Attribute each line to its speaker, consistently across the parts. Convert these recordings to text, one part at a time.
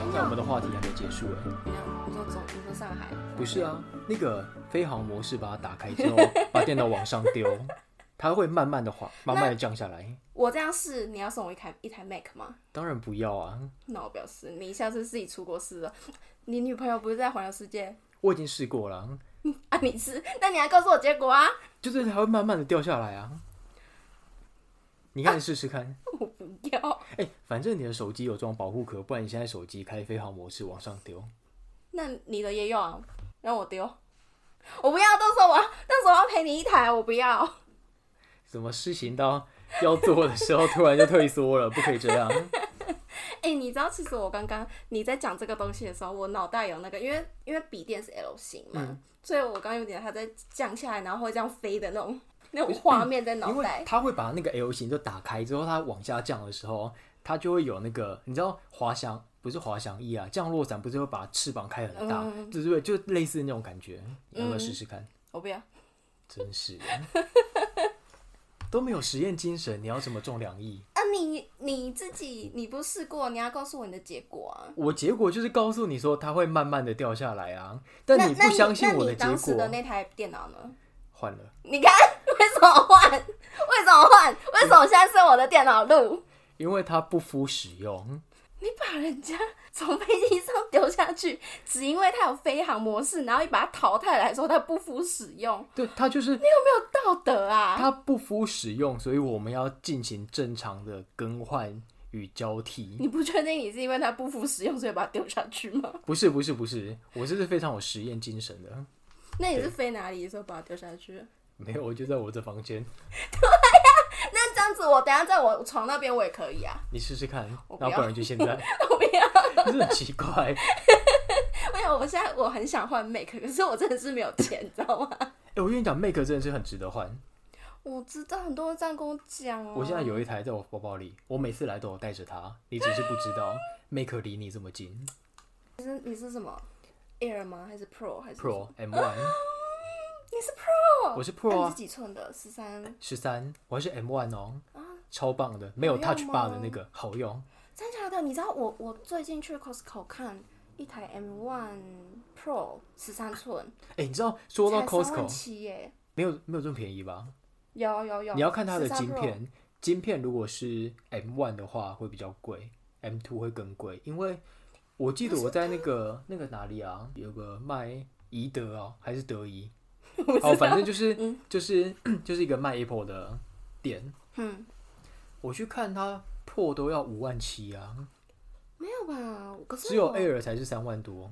Speaker 1: 刚才我们的话题还没结束哎、
Speaker 2: 没有，你说中，你说上海，
Speaker 1: 不是啊，那个飞行模式把它打开 之后，把电脑往上丢，它会慢慢的滑，慢慢的降下来。
Speaker 2: 我这样试，你要送我一台一台 Mac 吗？
Speaker 1: 当然不要啊，
Speaker 2: 那我表示，你下次自己出国试了。你女朋友不是在环游世界
Speaker 1: 我已经试过了，
Speaker 2: 啊？你是， 那你还告诉我结果啊？
Speaker 1: 就是它会慢慢的掉下来啊。你看，你试试看。
Speaker 2: 我不要。
Speaker 1: 哎、反正你的手机有装保护壳，不然你现在手机开飞行模式往上丢，
Speaker 2: 那你的也有啊，让我丢。我不要，到时候我要到时候我要赔你一台，我不要。
Speaker 1: 怎么施行到要做的时候突然就退缩了？不可以这样。
Speaker 2: 哎、你知道，其实我刚刚你在讲这个东西的时候，我脑袋有那个，因为因为笔电是 L 型嘛，
Speaker 1: 嗯
Speaker 2: 所以我刚刚有点它在降下来，然后会这样飞的那种那种画面在脑
Speaker 1: 因为
Speaker 2: 袋。
Speaker 1: 它会把那个 L 型就打开之后，它往下降的时候，它就会有那个，你知道滑翔不是滑翔翼啊，降落伞不是会把翅膀开很大，
Speaker 2: 嗯
Speaker 1: 对对对，就类似那种感觉，你要不要试试看？
Speaker 2: 我不要，
Speaker 1: 真是 的都没有实验精神，你要怎么中两亿？
Speaker 2: 啊，你你自己你不试过，你要告诉我你的结果啊。
Speaker 1: 我结果就是告诉你说它会慢慢的掉下来啊，但
Speaker 2: 那
Speaker 1: 你不相信我
Speaker 2: 那
Speaker 1: 的
Speaker 2: 你
Speaker 1: 结
Speaker 2: 当时的
Speaker 1: 果，
Speaker 2: 那台电脑呢？
Speaker 1: 换了。
Speaker 2: 你看 为什么换？为什么换？为什么现在是我的电脑录？
Speaker 1: 因为它不敷使用，
Speaker 2: 你把人家从飞机上丢下去，只因为它有飞行模式，然后你把它淘汰来说，它不敷使用，
Speaker 1: 对它就是
Speaker 2: 有道德啊！
Speaker 1: 它不敷使用，所以我们要进行正常的更换与交替。
Speaker 2: 你不确定你是因为它不敷使用，所以把它丢下去吗？
Speaker 1: 不是不是不是，我这是非常有实验精神的。
Speaker 2: 那你是飞哪里的时候把它丢下去？
Speaker 1: 没有，我就在我这房间，
Speaker 2: 那这样子，我等一下在我床那边我也可以啊！
Speaker 1: 你试试看，
Speaker 2: 我不
Speaker 1: 那
Speaker 2: 要
Speaker 1: 不然就现 在，
Speaker 2: 我不要，
Speaker 1: 真的很奇怪。欸
Speaker 2: 没有，我现在我很想换 Make，可是我真的是没有钱，你知道吗？
Speaker 1: 哎、我跟你讲，Make 真的是很值得换。
Speaker 2: 我知道很多人这样跟我讲哦、
Speaker 1: 我现在有一台在我包包里，我每次来都有带着它，你只是不知道 Make 离你这么近。
Speaker 2: 你是你是什么 Air 吗？还是 Pro 还是
Speaker 1: Pro M One，
Speaker 2: 你是 Pro，
Speaker 1: 我是
Speaker 2: 那
Speaker 1: Pro
Speaker 2: 你
Speaker 1: 啊
Speaker 2: 是，几寸的？十三？
Speaker 1: 十三，我还是 M One 哦，超棒的，没有
Speaker 2: 啊好用
Speaker 1: Touch Bar 的
Speaker 2: 吗
Speaker 1: 那个好用。
Speaker 2: 真假的？你知道我我最近去 Costco 看一台 M1 Pro 十三寸，
Speaker 1: 哎、你知道说到
Speaker 2: 才三万
Speaker 1: Costco
Speaker 2: 七耶，
Speaker 1: 没有没有这么便宜吧？
Speaker 2: 有有有。
Speaker 1: 你要看它的
Speaker 2: 13
Speaker 1: 晶
Speaker 2: Pro，
Speaker 1: 片，晶片如果是 M one 的话会比较贵，M two 会更贵，因为我记得我在那个那个哪里啊，有个卖宜德啊、还是德仪，哦，反正就是、就是 就是一个卖 Apple 的店，
Speaker 2: 嗯，
Speaker 1: 我去看它破都要五万七啊，
Speaker 2: 没有吧？可是
Speaker 1: 只有
Speaker 2: 我
Speaker 1: Air 才是三万多，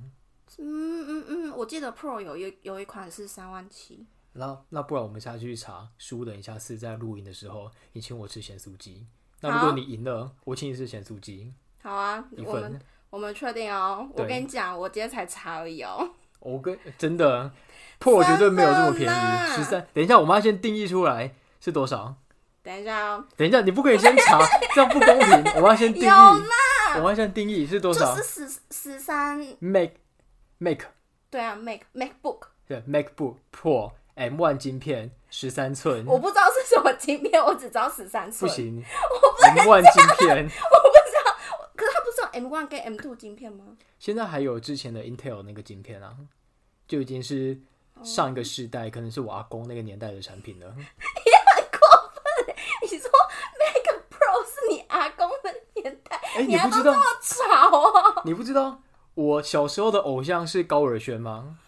Speaker 2: 嗯嗯嗯，我记得 Pro 有一有一款是三万七，
Speaker 1: 那那不然我们下去查，输的你下次在录音的时候，你请我吃咸酥鸡，那如果
Speaker 2: 好
Speaker 1: 你赢了，我请你吃咸酥鸡
Speaker 2: 好啊，
Speaker 1: 一
Speaker 2: 我
Speaker 1: 份
Speaker 2: 们。我们确定哦。我
Speaker 1: 对
Speaker 2: 跟你讲，我今天才查而已哦。
Speaker 1: 我跟真的破绝对没有这么便
Speaker 2: 真的啦
Speaker 1: 宜，十三。等一下，我们要先定义出来是多少。
Speaker 2: 等一下哦，
Speaker 1: 等一下，你不可以先 查，这样不公平。我们要先定义
Speaker 2: 有啦，
Speaker 1: 我们要先定义是多
Speaker 2: 就
Speaker 1: 少
Speaker 2: 是十十三，
Speaker 1: ？Make Make
Speaker 2: 对啊，Make MacBook，
Speaker 1: 对 MacBook Pro M One 晶片十三寸，
Speaker 2: 我不知道是什么晶片，我只知道十三
Speaker 1: 不
Speaker 2: 寸。
Speaker 1: 行，M One 晶片。
Speaker 2: 可是它不是有 M one 跟 M two 晶 片吗？
Speaker 1: 现在还有之前的 Intel 那个晶片啊，就已经是上一个世代，可能是我阿公那个年代的产 品了。
Speaker 2: 你说 Mac Pro 是你阿公的年代，
Speaker 1: 哎，
Speaker 2: 你
Speaker 1: 你
Speaker 2: 阿
Speaker 1: 不
Speaker 2: 公
Speaker 1: 知
Speaker 2: 这
Speaker 1: 道？
Speaker 2: 么吵哦！
Speaker 1: 你不知道我小时候的偶像是高尔宣吗？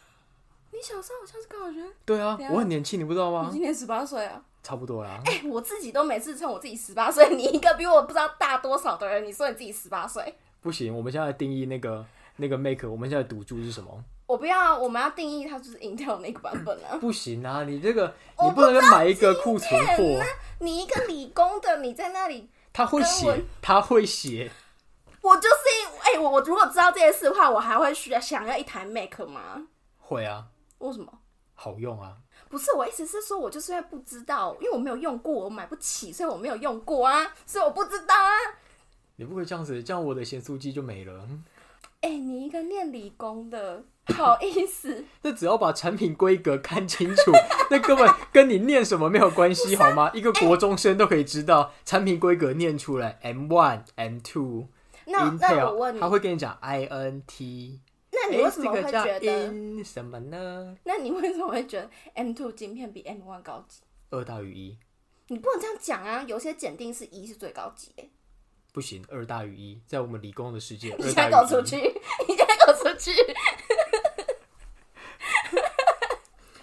Speaker 2: 你小时候好像是高晓轩，
Speaker 1: 对啊
Speaker 2: 对，啊
Speaker 1: 我很年轻，你不知道
Speaker 2: 你
Speaker 1: 吗？
Speaker 2: 今年十八岁啊？
Speaker 1: 差不多啦。
Speaker 2: 哎、我自己都每次称我自己十八岁，你一个比我不知道大多少的人，你说你自己十八岁？
Speaker 1: 不行，我们现在定义那个那个 make，我们现在赌注是什么？
Speaker 2: 我不要，我们要定义它就是 Intel 那个版本啊。
Speaker 1: 不行啊，你这个
Speaker 2: 我
Speaker 1: 你
Speaker 2: 不
Speaker 1: 不能够买一个库存货
Speaker 2: 天哪，你一个理工的，你在那里，
Speaker 1: 他会
Speaker 2: 跟
Speaker 1: 写
Speaker 2: 我，
Speaker 1: 他会写，
Speaker 2: 我就是因哎、我我如果知道这件事的话，我还会需要想要一台 Mac 吗？
Speaker 1: 会啊，
Speaker 2: 为什么？
Speaker 1: 好用啊。
Speaker 2: 不是，我意思是说，我就是因为不知道，因为我没有用过，我买不起，所以我没有用过啊，所以我不知道啊。
Speaker 1: 你不可以这样子，这样我的咸酥鸡就没了。
Speaker 2: 哎、你一个念理工的，好 意思？
Speaker 1: 那只要把产品规格看清楚，那根本跟你念什么没有关系，好吗？一个国中生都可以知道产品规格念出来，M one、M two，
Speaker 2: 那那我问
Speaker 1: Intel，
Speaker 2: 你
Speaker 1: 他，会跟你讲 I N T。
Speaker 2: 那你
Speaker 1: 诶
Speaker 2: 为什么
Speaker 1: 这
Speaker 2: 会
Speaker 1: 个叫
Speaker 2: 觉得？
Speaker 1: in 什么呢？
Speaker 2: 那你为什么会觉得 M two 晶片比 M one 高级？
Speaker 1: 二大于一
Speaker 2: 你不能这样讲啊！有些检定是一是最高级、欸，
Speaker 1: 不行，二大于一，在我们理工的世界，
Speaker 2: 你
Speaker 1: 二大于
Speaker 2: 现在给我出
Speaker 1: 一
Speaker 2: 去！你现在给我出去！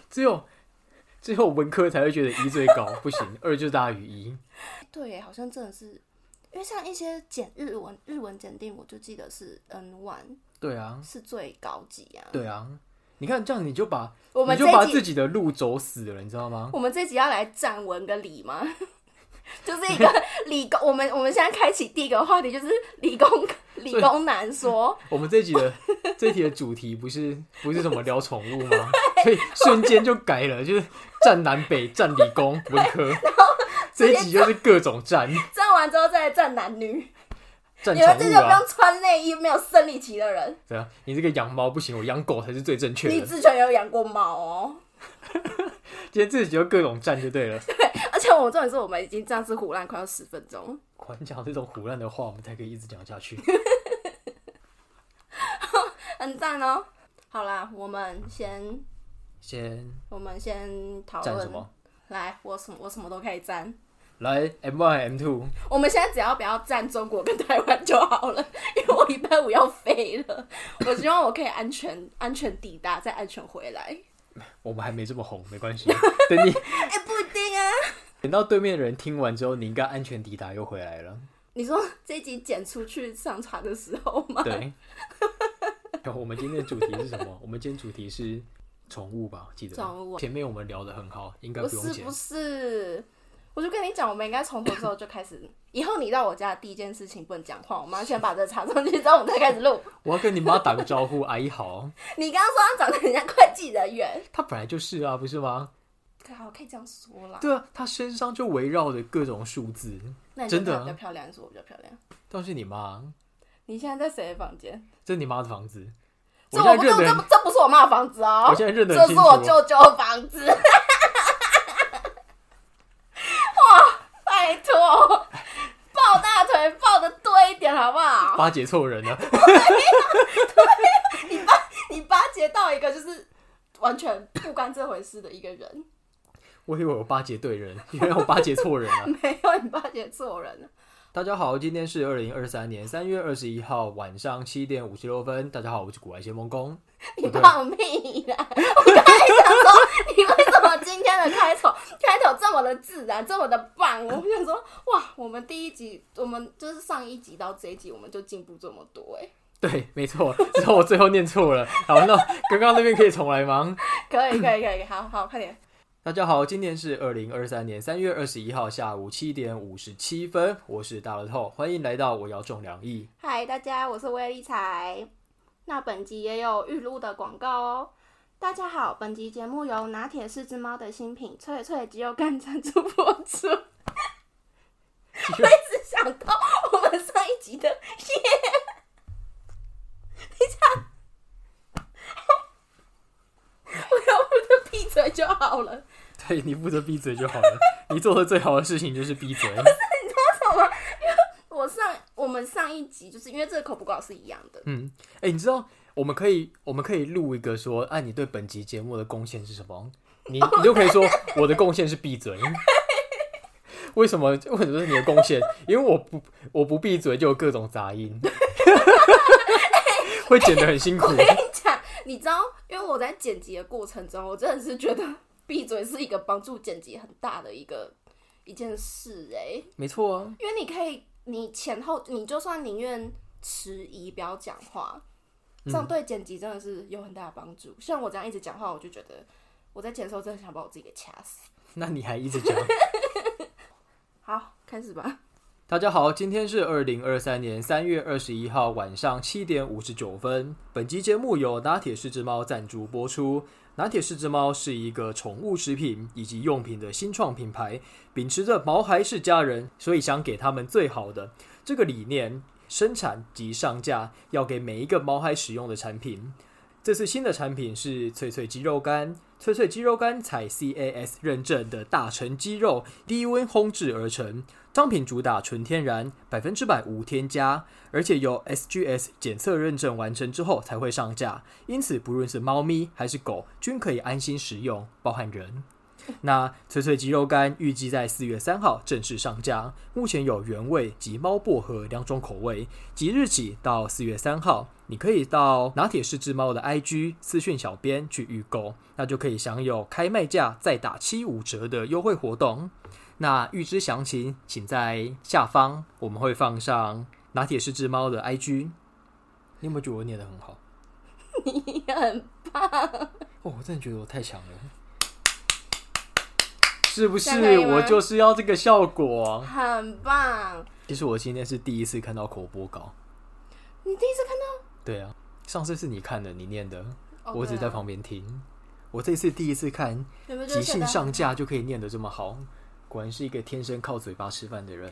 Speaker 1: 只有只有文科才会觉得一最高，不行，二就大于一。
Speaker 2: 对耶，好像真的是，因为像一些检日文日文检定，我就记得是 N one
Speaker 1: 对啊，
Speaker 2: 是最高级啊。
Speaker 1: 对啊，你看这样你就把
Speaker 2: 我们
Speaker 1: 你就
Speaker 2: 这
Speaker 1: 把
Speaker 2: 一
Speaker 1: 自
Speaker 2: 集
Speaker 1: 己的路走死了，你知道吗？
Speaker 2: 我们这集要来站文跟理吗？ 就是一个理工，我们我们现在开启第一个话题就是理工理工男说，
Speaker 1: 我们这集 的这集的主题不是不是什么聊宠物吗？所以瞬间就改了，就是站南北、站理工、文科，这一集就是各种 站
Speaker 2: 站完之后再来站男女，
Speaker 1: 站
Speaker 2: 你们这
Speaker 1: 宠物
Speaker 2: 就不
Speaker 1: 啊
Speaker 2: 用。穿内衣，没有生理期的人，
Speaker 1: 对啊，你这个养猫不行，我养狗才是最正确
Speaker 2: 你
Speaker 1: 的。
Speaker 2: 之前有养过猫哦。
Speaker 1: 今天这集就各种站就对了。
Speaker 2: 而且我们重点是我们已经这样子胡乱快要十分钟了，
Speaker 1: 管讲这种胡乱的话，我们才可以一直讲下 去。
Speaker 2: 很赞哦。好啦，我们先
Speaker 1: 先
Speaker 2: 我们先讨
Speaker 1: 站
Speaker 2: 论
Speaker 1: 什么？
Speaker 2: 来，我什么我什么都可以站。
Speaker 1: 来 M one M two，
Speaker 2: 我们现在只要不要站中国跟台湾就好了， 因为我礼拜五要飞了，我希望我可以安全安全抵达，再安全回来。
Speaker 1: 我们还没这么红，没关系。等你
Speaker 2: 哎、不一定啊。
Speaker 1: 等到对面的人听完之后，你应该安全抵达又回来了。
Speaker 2: 你说这一集剪出去上传的时候吗？
Speaker 1: 对。 我们今天的主题是什么？我们今天主题是宠物吧？记得
Speaker 2: 宠物
Speaker 1: 前面我们聊得很好，应该
Speaker 2: 不
Speaker 1: 用
Speaker 2: 是
Speaker 1: 剪
Speaker 2: 不。是，我就跟你讲，我们应该从头之后就开始。以后你到我家的第一件事情不能讲话，我们要先把这插上去，之后我们再开始录。
Speaker 1: 我要跟你妈打个招呼，阿姨好。
Speaker 2: 你刚刚说他长得很像会计人员，
Speaker 1: 她本来就是啊，不是吗？
Speaker 2: 好，啊可以这样说啦。
Speaker 1: 对啊，她身上就围绕着各种数字。
Speaker 2: 那你
Speaker 1: 真的啊
Speaker 2: 就看我比较漂亮，还是我比较漂亮？
Speaker 1: 倒是你妈，
Speaker 2: 你现在在谁的房间？
Speaker 1: 这是你妈的房子。
Speaker 2: 这
Speaker 1: 我现
Speaker 2: 我不
Speaker 1: 在认
Speaker 2: 这不
Speaker 1: 得
Speaker 2: 这
Speaker 1: 很
Speaker 2: 不，这不是我妈的房子哦，
Speaker 1: 我现在认得
Speaker 2: 这
Speaker 1: 很
Speaker 2: 是
Speaker 1: 清
Speaker 2: 我
Speaker 1: 楚。啊
Speaker 2: 舅舅的房子。 哇，拜托，抱大腿抱的多一点好不好？
Speaker 1: 巴结错人了，
Speaker 2: 你巴结到一个就是完全不关这回事的一个人，
Speaker 1: 我以为我巴结对人，原来我巴结错人了。
Speaker 2: 没有你巴结错人了。
Speaker 1: 大家好，今天是二零二三年三月二十一号晚上七点五十六分。大家好，我是古玩先锋工。
Speaker 2: 你
Speaker 1: 不对
Speaker 2: 放屁啦！我刚才想说，你为什么今天的开头开头这么的自然，这么的棒？我想说，哇，我们第一集，我们就是上一集到这一集，我们就进步这么多哎、
Speaker 1: 对，没错，之后我最后念错了。好，那刚刚那边可以重来吗？
Speaker 2: 可以，可以，可以，好好，快点。
Speaker 1: 大家好，今天是二零二三年三月二十一号下午七点五十七分，我是大乐透，欢迎来到我要中两亿。
Speaker 2: 嗨，大家，我是威力彩。那本集也有预录的广告哦。大家好，本集节目由拿铁是只猫的新品脆脆鸡肉干赞助播出。我一直想到我们上一集的 耶，你唱，我要我就闭嘴就好了。
Speaker 1: 对你负责闭嘴就好了，你做的最好的事情就是闭嘴。
Speaker 2: 我上我们上一集就是因为这个口不稿是一样的，
Speaker 1: 嗯，哎、你知道我们可以我们可以录一个说，哎、你对本集节目的贡献是什么？你你就可以说我的贡献是闭嘴。为什么？为什么是你的贡献？因为我不我不闭嘴就有各种杂音，会剪得很辛苦
Speaker 2: 我。跟你讲，你知道，因为我在剪辑的过程中，我真的是觉得闭嘴是一个帮助剪辑很大的一个一件事哎、
Speaker 1: 没错啊，
Speaker 2: 因为你可以，你前后你就算宁愿迟疑不要讲话，这样对剪辑真的是有很大的帮助。像我这样一直讲话，我就觉得我在剪的时候真的想把我自己给掐死。
Speaker 1: 那你还一直讲。
Speaker 2: 好，开始吧。
Speaker 1: 大家好，今天是二零二三年三月二十一号晚上七点五十九分。本集节目由拿铁是只猫赞助播出。拿铁是只猫是一个宠物食品以及用品的新创品牌，秉持着毛孩是家人，所以想给他们最好的这个理念，生产及上架要给每一个毛孩使用的产品。这次新的产品是脆脆鸡肉干、脆脆鸡肉干采 CAS 认证的大成鸡肉，低温烘制而成。商品主打纯天然，百分之百无添加，而且由 SGS 检测认证完成之后才会上架，因此不论是猫咪还是狗，均可以安心食用，包含人。那脆脆鸡肉干预计在四月三号正式上架，目前有原味及猫薄荷两种口味。即日起到四月三号，你可以到拿铁是只猫的 IG 私讯小编去预购，那就可以享有开卖价再打七五折的优惠活动。那预知详情，请在下方我们会放上拿铁是只猫的 IG。你有没有觉得我念得很好？
Speaker 2: 你很
Speaker 1: 哦，我真的觉得我太强了，是不是
Speaker 2: 这样可以？吗
Speaker 1: 我就是要这个效果。
Speaker 2: 很棒，
Speaker 1: 其实我今天是第一次看到口播稿，
Speaker 2: 你第一次看到
Speaker 1: 对啊，上次是你看的，你念的，
Speaker 2: 哦
Speaker 1: 我只在旁边听。我这次第一次看，
Speaker 2: 对啊你们就
Speaker 1: 即
Speaker 2: 会觉
Speaker 1: 兴
Speaker 2: 得
Speaker 1: 上架就可以念得这么好，果然是一个天生靠嘴巴吃饭的人。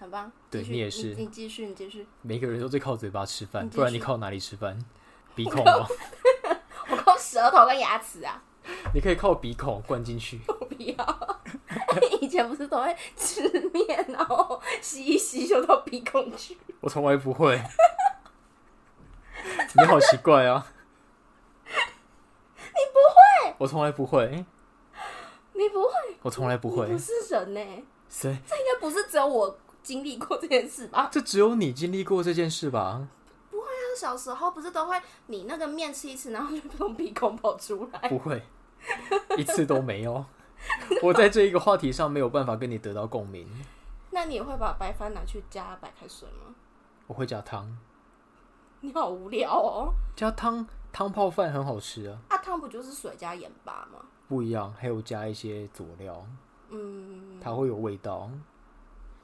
Speaker 2: 很棒。
Speaker 1: 对
Speaker 2: 继续
Speaker 1: 你也是
Speaker 2: 你继续，你继续。
Speaker 1: 每个人都在靠嘴巴吃饭，
Speaker 2: 你继续
Speaker 1: 不然你靠哪里吃 饭？鼻孔哦吗？
Speaker 2: 我靠，舌头跟牙齿啊，
Speaker 1: 你可以靠鼻孔灌进去。
Speaker 2: 我不要。 以前不是都会吃面，然后吸一吸就到鼻孔去。
Speaker 1: 我从来不 会。你好奇怪啊！ 你不会？我从来不会，
Speaker 2: 你不会，
Speaker 1: 我从来不
Speaker 2: 你
Speaker 1: 会
Speaker 2: 不。是人欸呢、
Speaker 1: 谁？
Speaker 2: 这应该不是只有我经历过这件事吧？
Speaker 1: 这只有你经历过这件事吧？
Speaker 2: 那小时候不是都会，你那个面吃一吃，然后就从鼻孔跑出来。
Speaker 1: 不会，一次都没有。我在这一个话题上没有办法跟你得到共鸣。
Speaker 2: 那你也会把白饭拿去加白开水吗？
Speaker 1: 我会加汤，
Speaker 2: 你好无聊哦！
Speaker 1: 加汤汤泡饭很好吃啊，
Speaker 2: 啊，汤不就是水加盐巴吗？
Speaker 1: 不一样，还有加一些佐料。
Speaker 2: 嗯，
Speaker 1: 它会有味道。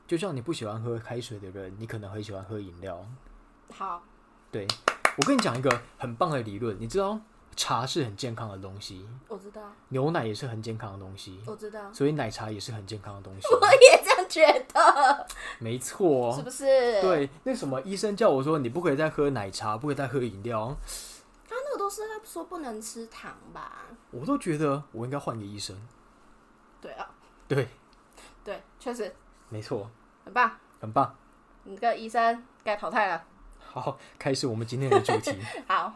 Speaker 1: 就像你不喜欢喝开水的人，你可能很喜欢喝饮料。
Speaker 2: 好，
Speaker 1: 对我跟你讲一个很棒的理论，你知道茶是很健康的东西，
Speaker 2: 我知道，
Speaker 1: 牛奶也是很健康的东西，
Speaker 2: 我知道，
Speaker 1: 所以奶茶也是很健康的东西。
Speaker 2: 我也这样觉得，
Speaker 1: 没错
Speaker 2: 是啊
Speaker 1: 哦，
Speaker 2: 不是？
Speaker 1: 对，那什么医生叫我说你不可以再喝奶茶，不可以再喝饮料，
Speaker 2: 他那个都是在说不能吃糖吧？
Speaker 1: 我都觉得我应该换个医生。
Speaker 2: 对啊，
Speaker 1: 对，
Speaker 2: 对，确实
Speaker 1: 没错，
Speaker 2: 很棒，
Speaker 1: 很棒。
Speaker 2: 你这个医生该淘汰了。
Speaker 1: 好，开始我们今天的主 题。
Speaker 2: 好，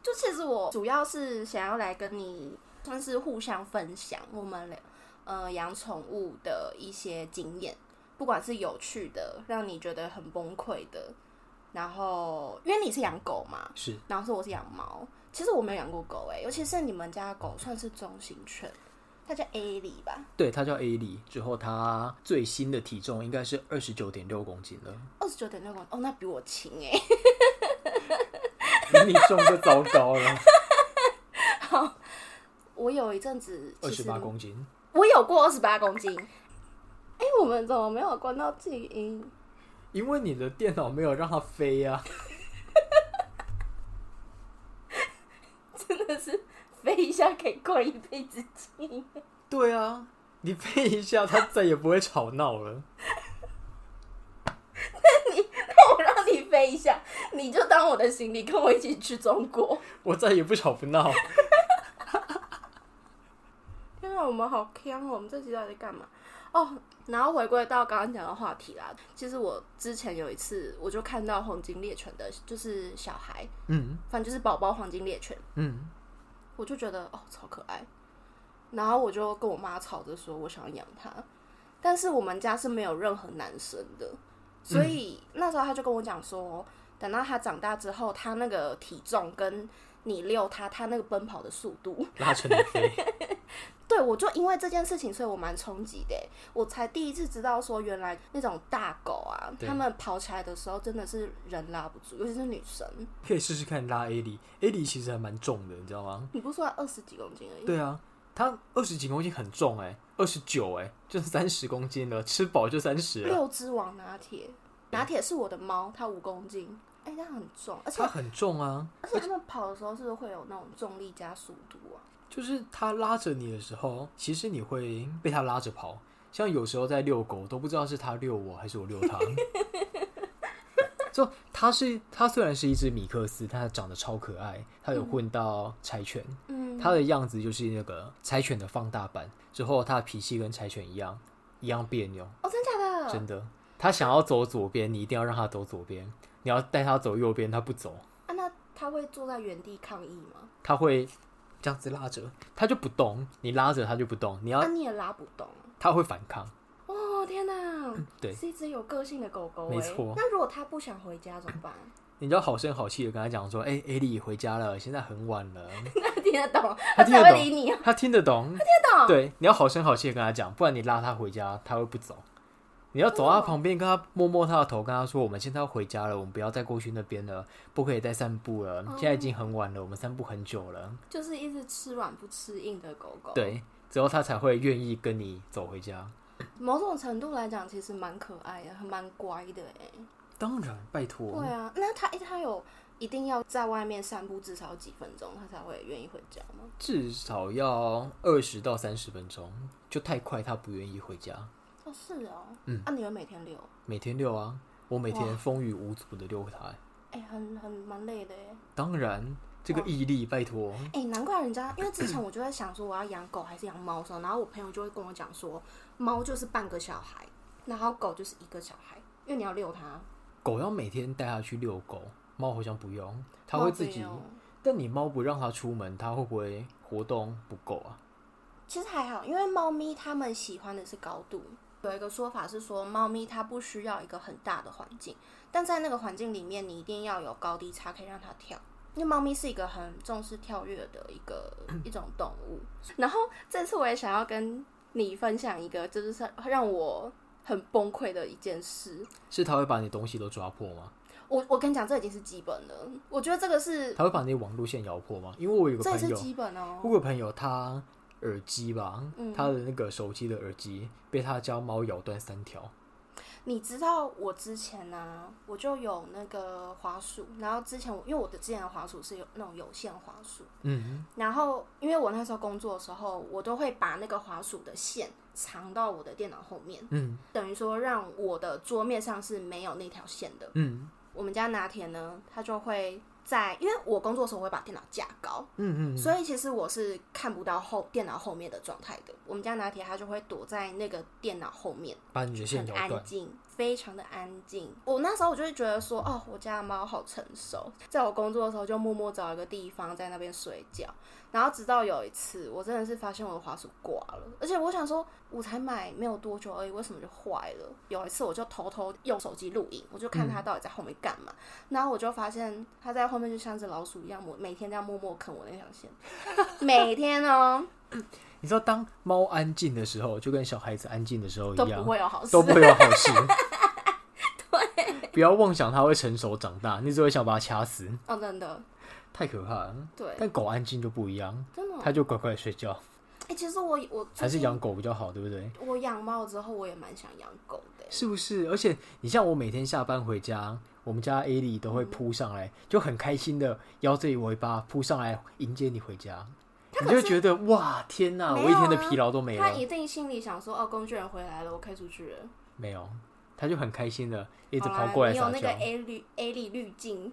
Speaker 2: 就其实我主要是想要来跟你算是互相分享我们俩呃养宠物的一些经验，不管是有趣的，让你觉得很崩溃的，然后因为你是养狗嘛，
Speaker 1: 是
Speaker 2: 然后说我是养猫，其实我没有养过狗欸诶、尤其是你们家的狗算是中型犬，它叫 A 里吧，
Speaker 1: 对，他叫 A 里，之后他最新的体重应该是二十九点六公斤了。
Speaker 2: 二十九点六公哦，那比我轻诶、
Speaker 1: 比你重就糟糕 了，
Speaker 2: 我有一阵子
Speaker 1: 二
Speaker 2: 其
Speaker 1: 十
Speaker 2: 实
Speaker 1: 八公斤。
Speaker 2: 我有过二十八公斤。哎、我们怎么没有关到静音？
Speaker 1: 因为你的电脑没有让它飞啊，
Speaker 2: 真的是飞一下可以关一辈子静音。
Speaker 1: 对啊，你飞一下，它再也不会吵闹了。
Speaker 2: 那 我让你飞一下，你就当我的行李，跟我一起去中国。
Speaker 1: 我再也不吵不闹。
Speaker 2: 天啊，我们好坑哦！我们这集到底在干嘛？哦，然后回归到刚刚讲的话题啦。其实我之前有一次，我就看到黄金猎犬的，就是小孩，
Speaker 1: 嗯
Speaker 2: 反正就是宝宝黄金猎犬。
Speaker 1: 嗯，
Speaker 2: 我就觉得哦超可爱，然后我就跟我妈吵着说我想要养它，但是我们家是没有任何男生的，所以那时候他就跟我讲说，等到他长大之后，他那个体重跟你遛他，他那个奔跑的速度，
Speaker 1: 拉扯你飞，
Speaker 2: 对我就因为这件事情，所以我蛮冲击的。欸我才第一次知道说，原来那种大狗啊，
Speaker 1: 对
Speaker 2: 它们跑起来的时候真的是人拉不住，尤其是女生。
Speaker 1: 可以试试看拉 A 里，A 里其实还蛮重的，你知道吗？
Speaker 2: 你不是说二十几公斤而已？
Speaker 1: 对啊，它二十几公斤很重哎、二十九哎，就是三十公斤了，吃饱就三十了。
Speaker 2: 六只王拿铁，拿铁是我的猫，它五公斤，哎、它很重，而且
Speaker 1: 它很重啊，
Speaker 2: 而且它们跑的时候是不是会有那种重力加速度啊？
Speaker 1: 就是它拉着你的时候，其实你会被它拉着跑。像有时候在遛狗，都不知道是它遛我还是我遛 它。就它是它虽然是一只米克斯，但它长得超可爱，它有混到柴犬，
Speaker 2: 嗯，
Speaker 1: 它的样子就是那个柴犬的放大版，之后它的脾气跟柴犬一样，一样别扭，
Speaker 2: 哦，真假的？
Speaker 1: 真的。它想要走左边，你一定要让它走左边；你要带它走右边，它不走，
Speaker 2: 啊，那他会坐在原地抗议吗？
Speaker 1: 它会这样子拉着，它就不动。你拉着它就不动，你要
Speaker 2: 啊，你也拉不动。
Speaker 1: 它会反抗。
Speaker 2: 哦，天哪！
Speaker 1: 嗯对
Speaker 2: 是一只有个性的狗狗、欸。
Speaker 1: 没错
Speaker 2: 那如果它不想回家怎么办？
Speaker 1: 你就好声好气的跟他讲说：“哎、艾莉回家了，现在很晚了。
Speaker 2: 那听得懂，
Speaker 1: 他
Speaker 2: 它
Speaker 1: 听得
Speaker 2: 才
Speaker 1: 懂
Speaker 2: 会理你。”
Speaker 1: 他听得懂，
Speaker 2: 听得 懂。
Speaker 1: 对，你要好声好气的跟他讲，不然你拉他回家，他会不走。你要走到他旁边，跟他摸摸他的头，跟他说：“我们现在要回家了，我们不要再过去那边了，不可以再散步了，现在已经很晚了，我们散步很久了。
Speaker 2: 就是一只吃软不吃硬的狗狗。，
Speaker 1: 对，之后他才会愿意跟你走回家。
Speaker 2: 某种程度来讲，其实蛮可爱的，还蛮乖的哎、
Speaker 1: 当然，拜托
Speaker 2: 对，啊，那它它有一定要在外面散步至少几分钟，它才会愿意回家吗？
Speaker 1: 至少要二十到三十分钟，就太快，他不愿意回家。
Speaker 2: 哦，是哦。嗯。啊，你会每天遛？
Speaker 1: 每天遛啊，我每天风雨无阻的遛他、
Speaker 2: 哎、很很蛮累的哎。
Speaker 1: 当然，这个毅力，拜托，
Speaker 2: 哎、难怪人家，因为之前我就在想说我要养狗还是养猫的时候，然后我朋友就会跟我讲说，猫就是半个小孩，然后狗就是一个小孩，因为你要遛它，
Speaker 1: 狗要每天带它去遛狗，猫好像不用，它
Speaker 2: 猫
Speaker 1: 会
Speaker 2: 不
Speaker 1: 自己
Speaker 2: 用。
Speaker 1: 但你猫不让它出门，它会不会活动不够啊？
Speaker 2: 其实还好，因为猫咪它们喜欢的是高度。有一个说法是说，猫咪它不需要一个很大的环境，但在那个环境里面，你一定要有高低差可以让它跳。因为猫咪是一个很重视跳跃的一 个一种动物。然后这次我也想要跟你分享一个，这就是让我很崩溃的一件事。
Speaker 1: 是它会把你东西都抓破吗？
Speaker 2: 我我跟你讲，这已经是基本了。我觉得这个是
Speaker 1: 它会把你网路线咬破吗？因为我有个
Speaker 2: 呃这
Speaker 1: 朋
Speaker 2: 也是
Speaker 1: 友，
Speaker 2: 基本哦。
Speaker 1: 我有个朋友他耳机吧，
Speaker 2: 嗯
Speaker 1: 他的那个手机的耳机被他家猫咬断三条，
Speaker 2: 你知道我之前呢、我就有那个花束，然后之前我因为我的之前的花束是有那种有线花束，
Speaker 1: 嗯，
Speaker 2: 然后因为我那时候工作的时候，我都会把那个滑鼠的线藏到我的电脑后面，
Speaker 1: 嗯，
Speaker 2: 等于说让我的桌面上是没有那条线的。
Speaker 1: 嗯
Speaker 2: 我们家拿铁呢，他就会在，因为我工作的时候我会把电脑架高，
Speaker 1: 嗯嗯，
Speaker 2: 所以其实我是看不到后电脑后面的状态的。我们家拿铁他就会躲在那个电脑后面。
Speaker 1: 把你的线
Speaker 2: 很
Speaker 1: 咬断
Speaker 2: 安，静，非常的安静。我那时候我就会觉得说，哦，我家的猫好成熟，在我工作的时候就默默找一个地方在那边睡觉。然后直到有一次，我真的是发现我的滑鼠挂了，而且我想说，我才买没有多久而已，为什么就坏了？有一次我就偷偷用手机录影，我就
Speaker 1: 嗯
Speaker 2: 看它到底在后面干嘛。然后我就发现它在后面就像只老鼠一样，我每天这样默默啃我那条线， 每天哦
Speaker 1: 你知道，当猫安静的时候，就跟小孩子安静的时候一
Speaker 2: 都
Speaker 1: 样
Speaker 2: 不，会有好事
Speaker 1: 都。不会有好 事。 对，不要妄想它会成熟长大，你只会想把它掐死，
Speaker 2: 哦，真的，
Speaker 1: 太可怕了。
Speaker 2: 对，
Speaker 1: 但狗安静就不一样，
Speaker 2: 真的哦。
Speaker 1: 它就乖乖睡觉，
Speaker 2: 哎、其实我我最
Speaker 1: 还是
Speaker 2: 近
Speaker 1: 养狗比较好，对不对？
Speaker 2: 我养猫之后，我也蛮想养狗的欸。
Speaker 1: 是不是？而且你像我每天下班回家，我们家 A 莉都
Speaker 2: 嗯
Speaker 1: 会扑上来，就很开心的摇着尾巴扑上来迎接你回家，你就会觉得哇天哪，
Speaker 2: 没
Speaker 1: 我一
Speaker 2: 有
Speaker 1: 天的
Speaker 2: 啊
Speaker 1: 疲劳都没
Speaker 2: 他
Speaker 1: 了。
Speaker 2: 一定心里想说：“哦，工具人回来了，我可以出去了。
Speaker 1: 没有，它就很开心的”一直
Speaker 2: 好啦
Speaker 1: 跑过来
Speaker 2: 你
Speaker 1: 撒
Speaker 2: 有那个
Speaker 1: 娇。
Speaker 2: A 滤 A 粒滤镜，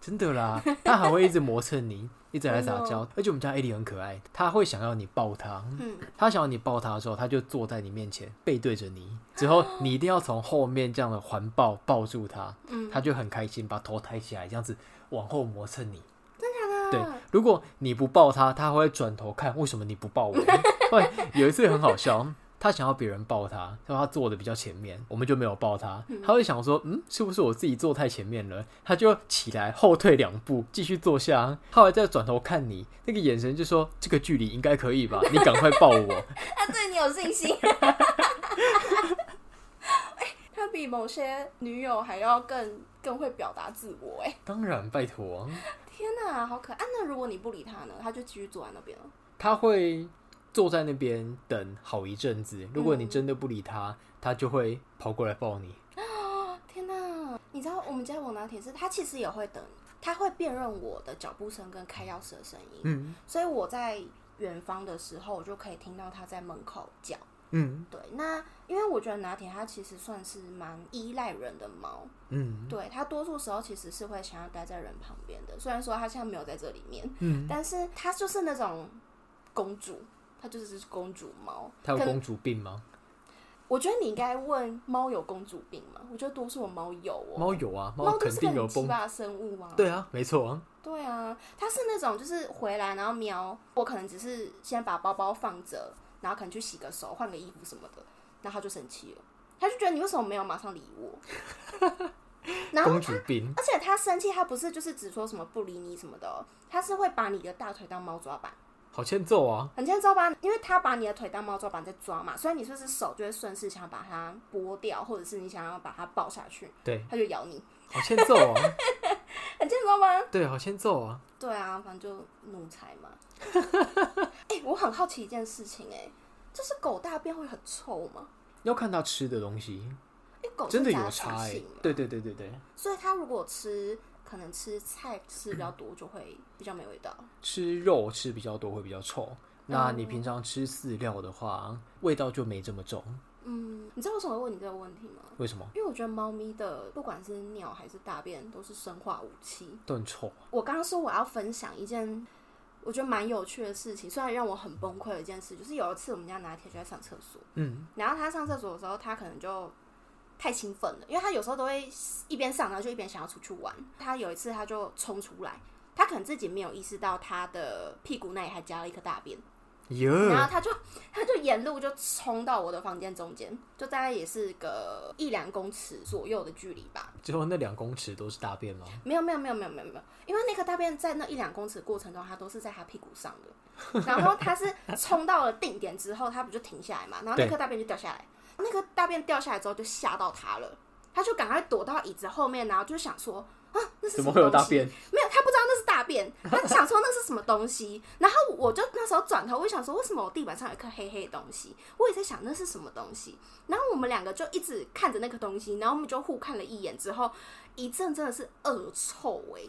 Speaker 1: 真的啦， 它还会一直磨蹭你，一直来撒
Speaker 2: 真的哦
Speaker 1: 娇。而且我们家 A 莉很可爱，它会想要你抱它。
Speaker 2: 嗯，
Speaker 1: 它想要你抱它的时候，它就坐在你面前，背对着你。之后你一定要从后面这样的环抱抱住它，
Speaker 2: 嗯，
Speaker 1: 它就很开心，把头抬起来，这样子往后磨蹭你。
Speaker 2: 真的
Speaker 1: 对
Speaker 2: 假的？，
Speaker 1: 如果你不抱它，它会转头看为什么你不抱我。 对，有一次很好笑。它想要别人抱它，然后它坐的比较前面，我们就没有抱它。它会想说，嗯，是不是我自己坐太前面了？它就起来后退两步，继续坐下。后来再转头看你，那个眼神就说，这个距离应该可以吧？你赶快抱我。
Speaker 2: 他对你有信心。哎他比某些女友还要更更会表达自我。哎，
Speaker 1: 当然，拜托，
Speaker 2: 天哪，好可爱！啊那如果你不理他呢，他就继续坐在那边了。
Speaker 1: 它会坐在那边等好一阵子。如
Speaker 2: 嗯
Speaker 1: 果你真的不理它，它就会跑过来抱你。
Speaker 2: 天哪！你知道我们家王拿铁是，他其实也会等，他会辨认我的脚步声跟开钥匙的声音。
Speaker 1: 嗯
Speaker 2: 所以我在远方的时候，我就可以听到他在门口叫。
Speaker 1: 嗯
Speaker 2: 对，那因为我觉得拿铁它其实算是蛮依赖人的猫，
Speaker 1: 嗯
Speaker 2: 对它多数时候其实是会想要待在人旁边的。虽然说它现在没有在这里面，
Speaker 1: 嗯，
Speaker 2: 但是它就是那种公主，它就是只公主猫。
Speaker 1: 它有
Speaker 2: 可能
Speaker 1: 公主病吗？
Speaker 2: 我觉得你应该问猫有公主病吗？我觉得多数的猫有哦、
Speaker 1: 猫有啊，
Speaker 2: 猫
Speaker 1: 肯
Speaker 2: 就是
Speaker 1: 定
Speaker 2: 个
Speaker 1: 有
Speaker 2: 很奇
Speaker 1: 崩。
Speaker 2: 葩的生物啊。
Speaker 1: 对啊，没错啊。
Speaker 2: 对啊，它是那种就是回来然后喵，我可能只是先把包包放着，然后可能去洗个手、换个衣服什么的，然后它就生气了，它就觉得你为什么没有马上理我？ 然后
Speaker 1: 公主病，
Speaker 2: 而且它生气，它不是就是只说什么不理你什么的哦，它是会把你的大腿当猫抓板，
Speaker 1: 好欠揍啊！
Speaker 2: 很欠揍吧？因为它把你的腿当猫抓板在抓嘛，所以你就是手就会顺势想把它拨掉，或者是你想要把它抱下去，
Speaker 1: 对，
Speaker 2: 它就咬你，
Speaker 1: 好欠揍啊！
Speaker 2: 很欠揍吗？
Speaker 1: 对，好欠揍啊！
Speaker 2: 对啊，反正就奴才嘛。 哎、我很好奇一件事情、哎，就是狗大便会很臭吗？
Speaker 1: 要看它吃的东西，
Speaker 2: 因为狗是
Speaker 1: 真的
Speaker 2: 杂
Speaker 1: 有
Speaker 2: 食
Speaker 1: 差哎、
Speaker 2: 性啊嘛
Speaker 1: 对对对对对，
Speaker 2: 所以它如果吃，可能吃菜吃比较多，就会比较没味道。
Speaker 1: 吃肉吃比较多会比较臭。那
Speaker 2: 嗯
Speaker 1: 你平常吃饲料的话，味道就没这么重。
Speaker 2: 嗯，你知道为什么会问你这个问题吗？
Speaker 1: 为什么？
Speaker 2: 因为我觉得猫咪的不管是尿还是大便都是生化武器。
Speaker 1: 都很 臭。
Speaker 2: 我刚刚说我要分享一件我觉得蛮有趣的事情，虽然让我很崩溃的一件事，就是有一次我们家拿铁就在上厕所。
Speaker 1: 嗯，
Speaker 2: 然后他上厕所的时候，他可能就太兴奋了，因为他有时候都会一边上，然后就一边想要出去玩。他有一次他就冲出来，他可能自己没有意识到他的屁股那里还夹了一颗大便，
Speaker 1: 耶、
Speaker 2: 然后他就他就沿路就冲到我的房间中间，就大概也是个一两公尺左右的距离吧。
Speaker 1: 最后那两公尺都是大便 吗？
Speaker 2: 没有没有没有没有没有没有，因为那颗大便在那一两公尺的过程中，它都是在他屁股上 的。然后他是冲到了定点之后，他不就停下来嘛，然后那
Speaker 1: 对
Speaker 2: 颗大便就掉下来。那颗大便掉下来之后，就吓到他了，他就赶快躲到椅子后面，然后就想说啊，那是什
Speaker 1: 怎么会有
Speaker 2: 东
Speaker 1: 大
Speaker 2: 西？
Speaker 1: 便？
Speaker 2: 没有，他不知道那是大便，他想说那是什么东西。然后我就那时候转头，我就想说为什么我地板上有一颗黑黑的东西？我也在想那是什么东西。然后我们两个就一直看着那个东西，然后我们就互看了一眼之后，一阵真的是恶臭味、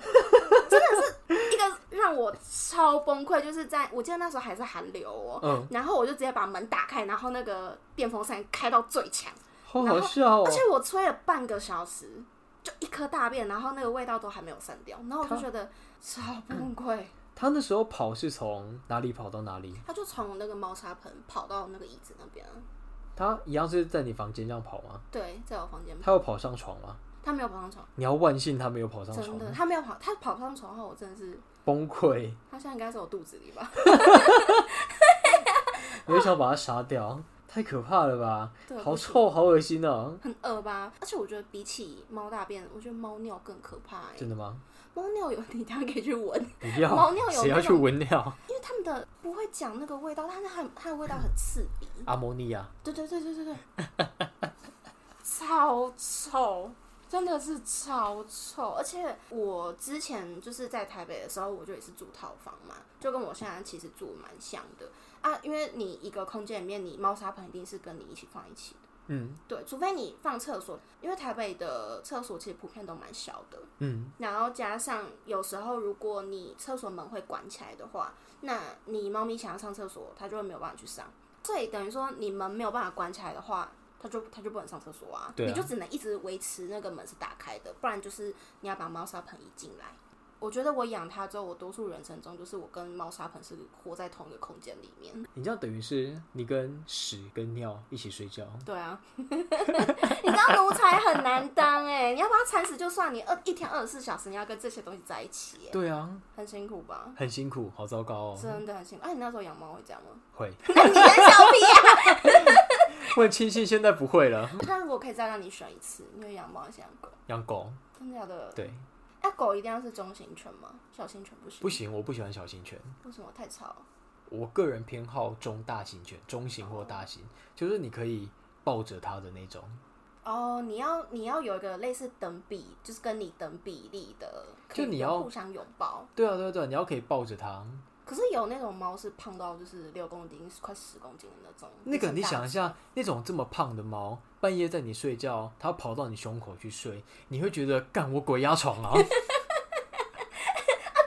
Speaker 2: 真的是一个让我超崩溃。就是在我记得那时候还是寒流哦、
Speaker 1: 嗯，
Speaker 2: 然后我就直接把门打开，然后那个电风扇开到最强。
Speaker 1: 好
Speaker 2: 然后
Speaker 1: 好笑哦
Speaker 2: 而。且我吹了半个小时，就一颗大便，然后那个味道都还没有散掉，然后我就
Speaker 1: 它
Speaker 2: 觉得超 崩溃。
Speaker 1: 他那时候跑是从哪里跑到哪里？
Speaker 2: 他就从那个猫砂盆跑到那个椅子那边啊，
Speaker 1: 他一样是在你房间这样跑吗？
Speaker 2: 对，在我房间，
Speaker 1: 他有跑上床吗？
Speaker 2: 他没有跑上床，
Speaker 1: 你要万幸他没有跑上
Speaker 2: 真
Speaker 1: 床，
Speaker 2: 的，他没有跑，他跑上床后，我真的是，
Speaker 1: 崩溃，
Speaker 2: 他现在应该在我肚子里吧？
Speaker 1: 我就想把他杀掉，太可怕了吧？
Speaker 2: 对，
Speaker 1: 好
Speaker 2: 不行，
Speaker 1: 臭，好恶心哦！
Speaker 2: 很恶吧？而且我觉得比起猫大便，我觉得猫尿更可怕哎、
Speaker 1: 真的吗？
Speaker 2: 猫尿有 你当然可以去闻，
Speaker 1: 不要
Speaker 2: 猫尿，有
Speaker 1: 谁要
Speaker 2: 那
Speaker 1: 去
Speaker 2: 种
Speaker 1: 闻尿？
Speaker 2: 因为他们的不会讲那个味道，但是它它的味道很刺鼻。
Speaker 1: 阿摩尼亚，
Speaker 2: 对对对对对对，超臭，真的是超臭。而且我之前就是在台北的时候，我就也是住套房嘛，就跟我现在其实住蛮像的啊。因为你一个空间里面，你猫砂盆一定是跟你一起放一起的，
Speaker 1: 嗯
Speaker 2: 对，除非你放厕所，因为台北的厕所其实普遍都蛮小的。
Speaker 1: 嗯，
Speaker 2: 然后加上有时候，如果你厕所门会关起来的话，那你猫咪想要上厕所，它就会没有办法去上。所以等于说，你门没有办法关起来的话，它就它就不能上厕所啊。
Speaker 1: 对啊
Speaker 2: 你就只能一直维持那个门是打开的，不然就是你要把猫砂盆移进来。我觉得我养它之后，我多数人生中就是我跟猫砂盆是活在同一个空间里面。
Speaker 1: 你这样等于是你跟屎跟尿一起睡觉，
Speaker 2: 对啊， 你知道奴才很难当哎、你要把它铲死就算，你二一天二十四小时你要跟这些东西在一起、欸，
Speaker 1: 对啊，
Speaker 2: 很辛苦吧？
Speaker 1: 很辛苦，好糟糕哦，
Speaker 2: 真的很辛苦。哎、你那时候养猫会这样吗？
Speaker 1: 会，
Speaker 2: 哎你真小屁啊！
Speaker 1: 我很庆幸现在不会了，
Speaker 2: 那如果可以再让你选一次，你会养猫还是养狗？
Speaker 1: 养狗，
Speaker 2: 真的假的？
Speaker 1: 对，
Speaker 2: 那、狗一定要是中型犬吗？小型犬不行？
Speaker 1: 不行，我不喜欢小型犬。
Speaker 2: 为什么太吵？
Speaker 1: 我个人偏好中大型犬，中型或大型，就是你可以抱着它的那种。
Speaker 2: 哦、你要你要有一个类似等比，就是跟你等比例的，可以
Speaker 1: 就你要
Speaker 2: 互相拥抱。
Speaker 1: 对啊，对啊，对啊，你要可以抱着它。
Speaker 2: 可是有那种猫是胖到就是六公斤、快十公斤的那种。
Speaker 1: 那个
Speaker 2: 很
Speaker 1: 你
Speaker 2: 大
Speaker 1: 想一下，那种这么胖的猫，半夜在你睡觉，它跑到你胸口去睡，你会觉得干我鬼压床啊！
Speaker 2: 啊，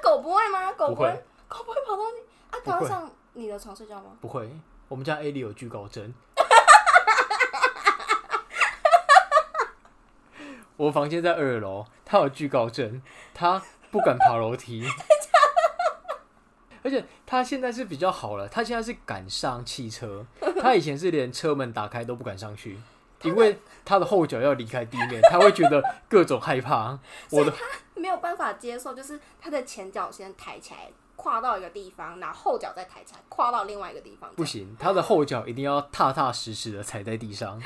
Speaker 2: 狗不会吗？狗
Speaker 1: 不
Speaker 2: 会
Speaker 1: 会，
Speaker 2: 狗不会跑到你啊，
Speaker 1: 不
Speaker 2: 它会
Speaker 1: 会
Speaker 2: 上你的床睡觉吗？
Speaker 1: 不会，我们家 A 里有惧高症。我房间在二楼，它有惧高症，它不敢爬楼梯。 而且他现在是比较好了，他现在是敢上汽车，他以前是连车门打开都不敢上去，因为他的后脚要离开地面，他会觉得各种害怕。我的
Speaker 2: 没有办法接受，就是他的前脚先抬起来，跨到一个地方，然后后脚再抬起来，跨到另外一个地方。
Speaker 1: 不行，他的后脚一定要踏踏实实的踩在地 上，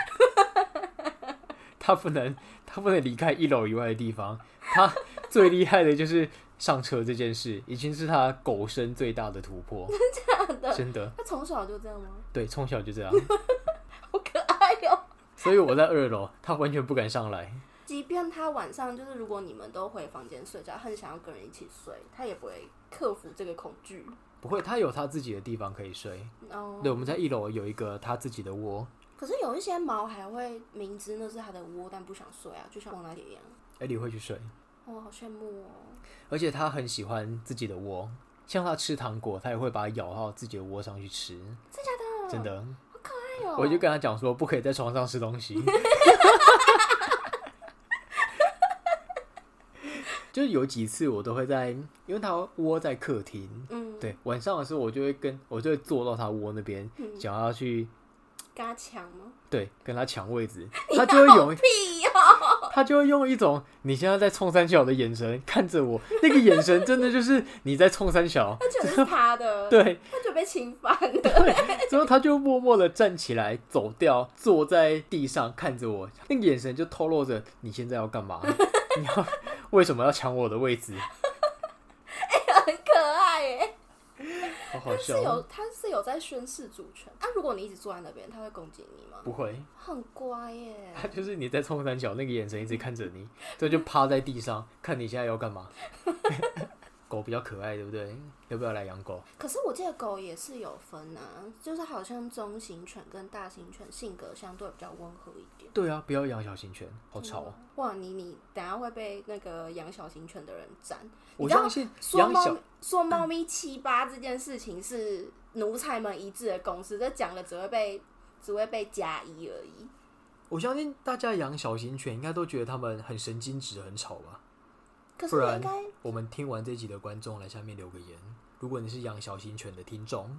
Speaker 1: 他不能他不能离开一楼以外的地方。 他最厉害的就是上车这件事，已经是他狗生最大的突破，
Speaker 2: 真的，
Speaker 1: 真的。
Speaker 2: 他从小就这 样吗？
Speaker 1: 对，从小就这样，
Speaker 2: 好可
Speaker 1: 哎
Speaker 2: 爱哟、
Speaker 1: 所以我在二楼，他完全不敢上来。
Speaker 2: 即便他晚上就是，如果你们都回房间睡觉，很想要跟人一起睡，他也不会克服这个恐惧。
Speaker 1: 不会，他有他自己的地方可以睡。
Speaker 2: 哦、
Speaker 1: 对，我们在一楼有一个他自己的窝。
Speaker 2: 可是有一些猫还会明知那是它的窝，但不想睡啊，就像王大姐一样。
Speaker 1: 艾莉会去睡，
Speaker 2: 哦，好羡慕哦！
Speaker 1: 而且他很喜欢自己的窝。像他吃糖果，他也会把它咬到自己的窝上去吃。
Speaker 2: 真假的？
Speaker 1: 真的，
Speaker 2: 哎呦，
Speaker 1: 我就跟他讲说，不可以在床上吃东西。 就是有几次我都会在，因为他窝在客厅，
Speaker 2: 嗯，
Speaker 1: 对，晚上的时候我就会跟我就会坐到他窝那边，想要去
Speaker 2: 跟他抢吗？
Speaker 1: 对跟他抢位置，他就会有
Speaker 2: 屁呀、
Speaker 1: 他就会用一种你现在在冲三小的眼神看着我，那个眼神真的就是你在冲三小，
Speaker 2: 他觉得是他的，
Speaker 1: 对，
Speaker 2: 他就被侵犯 了。
Speaker 1: 之后他就默默的站起来走掉，坐在地上看着我，那个眼神就透露着你现在要干嘛，你要为什么要抢我的位置，
Speaker 2: 很可爱耶。
Speaker 1: 好好
Speaker 2: 他
Speaker 1: 笑
Speaker 2: 是有
Speaker 1: 哦，
Speaker 2: 他是有在宣示主权啊！如果你一直坐在那边，他会攻击你吗？
Speaker 1: 不会。
Speaker 2: 很乖耶，
Speaker 1: 他就是你在冲三角，那个眼神一直看着你，这就趴在地上看你现在要干嘛。 狗比较可爱，对不对？要不要来养狗？
Speaker 2: 可是我记得狗也是有分啊，就是好像中型犬跟大型犬性格相对比较温和一点。
Speaker 1: 对啊，不要养小型犬，好吵哦。
Speaker 2: 哇，你你等下会被那个养小型犬的人斩。嗯你
Speaker 1: 我
Speaker 2: 知道
Speaker 1: 相信
Speaker 2: 说
Speaker 1: 养
Speaker 2: 猫
Speaker 1: 小
Speaker 2: 说猫咪七八这件事情是奴才们一致的共识，这讲了只会被只会被加一而已。
Speaker 1: 我相信大家养小型犬应该都觉得它们很神经质、很吵吧？
Speaker 2: 可
Speaker 1: 不
Speaker 2: 是
Speaker 1: 然
Speaker 2: 应该
Speaker 1: 我们听完这集的观众来下面留个言，如果你是养小型犬的听众，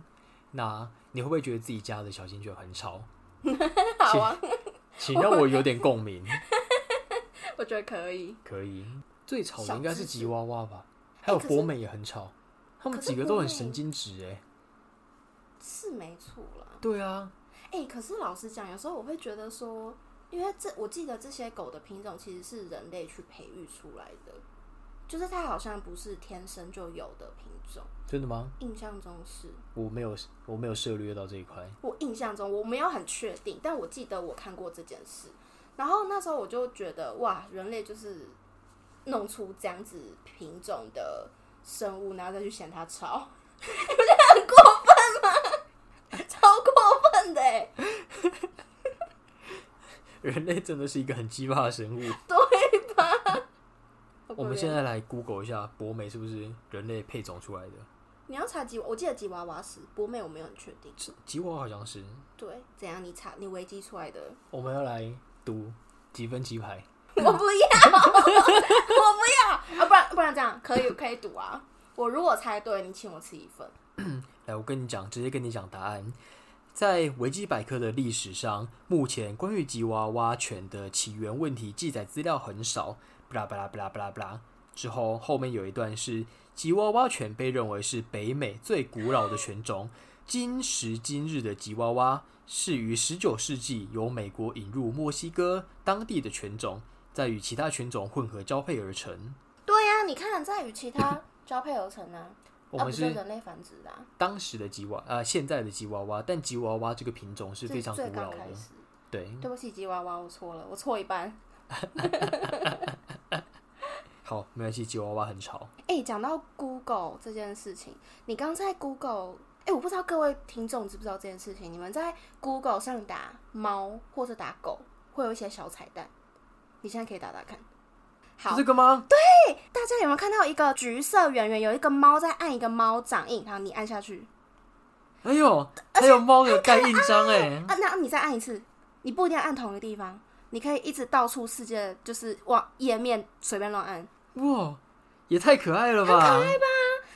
Speaker 1: 那你会不会觉得自己家的小型犬很吵？
Speaker 2: 好啊，
Speaker 1: 请让我有点共鸣，
Speaker 2: 我觉得可以。
Speaker 1: 可以。最吵的
Speaker 2: 小
Speaker 1: 应该是
Speaker 2: 知识
Speaker 1: 吉娃娃吧，还有
Speaker 2: 哎可是
Speaker 1: 博美也很吵，他们
Speaker 2: 可是
Speaker 1: 几个都
Speaker 2: 博
Speaker 1: 很
Speaker 2: 美
Speaker 1: 神经质哎、
Speaker 2: 是没错啦。
Speaker 1: 对啊，
Speaker 2: 哎、可是老实讲，有时候我会觉得说，因为这我记得这些狗的品种其实是人类去培育出来的，就是它好像不是天生就有的品种。
Speaker 1: 真的吗？
Speaker 2: 印象中是
Speaker 1: 我没有，我没有涉略到这一块。
Speaker 2: 我印象中我没有很确定，但我记得我看过这件事。然后那时候我就觉得哇，人类就是弄出这样子品种的生物，然后再去嫌它吵， 你不觉得很过分吗？超过分的、欸，
Speaker 1: 人类真的是一个很鸡巴的 生物。
Speaker 2: 对吧？
Speaker 1: 我们现在来 Google 一下博美是不是人类配种出来的？
Speaker 2: 你要查吉，我记得吉娃娃是博美，我没有很确定。
Speaker 1: 吉娃娃好像是。
Speaker 2: 对，怎样？你查你维基出来 的？
Speaker 1: 我们要来读几分几排。
Speaker 2: 我不要，我不要啊！不然不然这样可以可以赌啊！我如果猜对，你请我吃一份。
Speaker 1: 来，我跟你讲，直接跟你讲答案。在维基百科的历史上，目前关于吉娃娃犬的起源问题记载资料很少。不啦不啦不啦不啦不啦。之后后面有一段是吉娃娃犬被认为是北美最古老的犬种。今时今日的吉娃娃是于19世纪由美国引入墨西哥当地的犬种，再与其他犬种混合交配而成。
Speaker 2: 对呀、你看在与其他交配而成啊，
Speaker 1: 我
Speaker 2: 啊
Speaker 1: 们
Speaker 2: 不
Speaker 1: 是
Speaker 2: 就人类繁殖啦、啊，
Speaker 1: 当时的吉娃呃，现在的吉娃娃，但吉娃娃这个品种是
Speaker 2: 这
Speaker 1: 非常古
Speaker 2: 最刚
Speaker 1: 老
Speaker 2: 开
Speaker 1: 的。
Speaker 2: 始。
Speaker 1: 对，
Speaker 2: 对不起，吉娃娃，我错了，我错一半。
Speaker 1: 好，没关系，吉娃娃很吵。
Speaker 2: 哎、讲到 Google 这件事情，你刚才 Google，哎、我不知道各位听众知不知道这件事情。你们在 Google 上打猫或者打狗，会有一些小彩蛋，你现在可以打打看。好
Speaker 1: 是，这个吗？
Speaker 2: 大家有没有看到一个橘色圆圆，有一个猫在按一个猫掌印，然后你按下去，
Speaker 1: 哎呦，还有猫的盖印章哎！
Speaker 2: 啊，那你再按一次，你不一定要按同一个地方，你可以一直到处世界，就是往页面随便乱按。
Speaker 1: 哇，也太可爱了吧！
Speaker 2: 它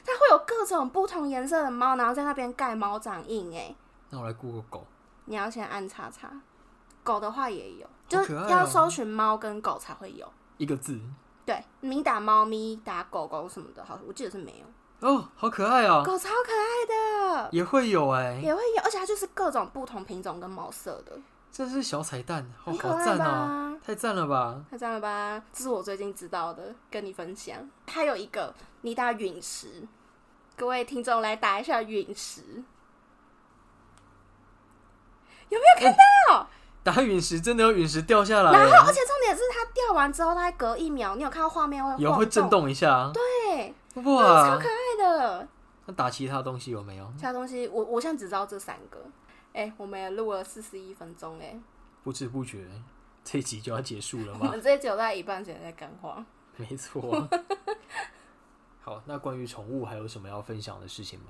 Speaker 2: 它会有各种不同颜色的猫，然后在那边盖猫掌印。哎，
Speaker 1: 那我来雇个狗，
Speaker 2: 你要先按叉叉。狗的话也有，就是
Speaker 1: 可爱
Speaker 2: 要
Speaker 1: 哦
Speaker 2: 搜寻猫跟狗才会有。
Speaker 1: 一个字
Speaker 2: 对，你打猫咪、打狗狗什么的，好，我记得是没有。
Speaker 1: 哦，好可爱啊，
Speaker 2: 狗超可爱的，
Speaker 1: 也会有哎、
Speaker 2: 也会有，而且它就是各种不同品种跟毛色的，
Speaker 1: 这是小彩蛋，哦，
Speaker 2: 很可
Speaker 1: 好
Speaker 2: 爱
Speaker 1: 赞哦、
Speaker 2: 吧？
Speaker 1: 太赞了吧！
Speaker 2: 那这样吧，这是我最近知道的，跟你分享。还有一个，你打陨石，各位听众来打一下陨石，
Speaker 1: 打陨石真的有陨石掉下来
Speaker 2: 然
Speaker 1: 欸，
Speaker 2: 后而且重点是它掉完之后，它隔一秒，你有看到画面会
Speaker 1: 有
Speaker 2: 晃
Speaker 1: 会震，动一下，
Speaker 2: 对，超
Speaker 1: 哇
Speaker 2: 可！爱的。
Speaker 1: 那打其他东西有没有？
Speaker 2: 其他东西，我我现在只知道这三个。哎、我们也录了四十一分钟、哎，
Speaker 1: 不知不觉这一集就要结束了
Speaker 2: 我
Speaker 1: 吗？
Speaker 2: 们这一集有在一半时间在干话。
Speaker 1: 没 错。好，那关于宠物还有什么要分享的事情吗？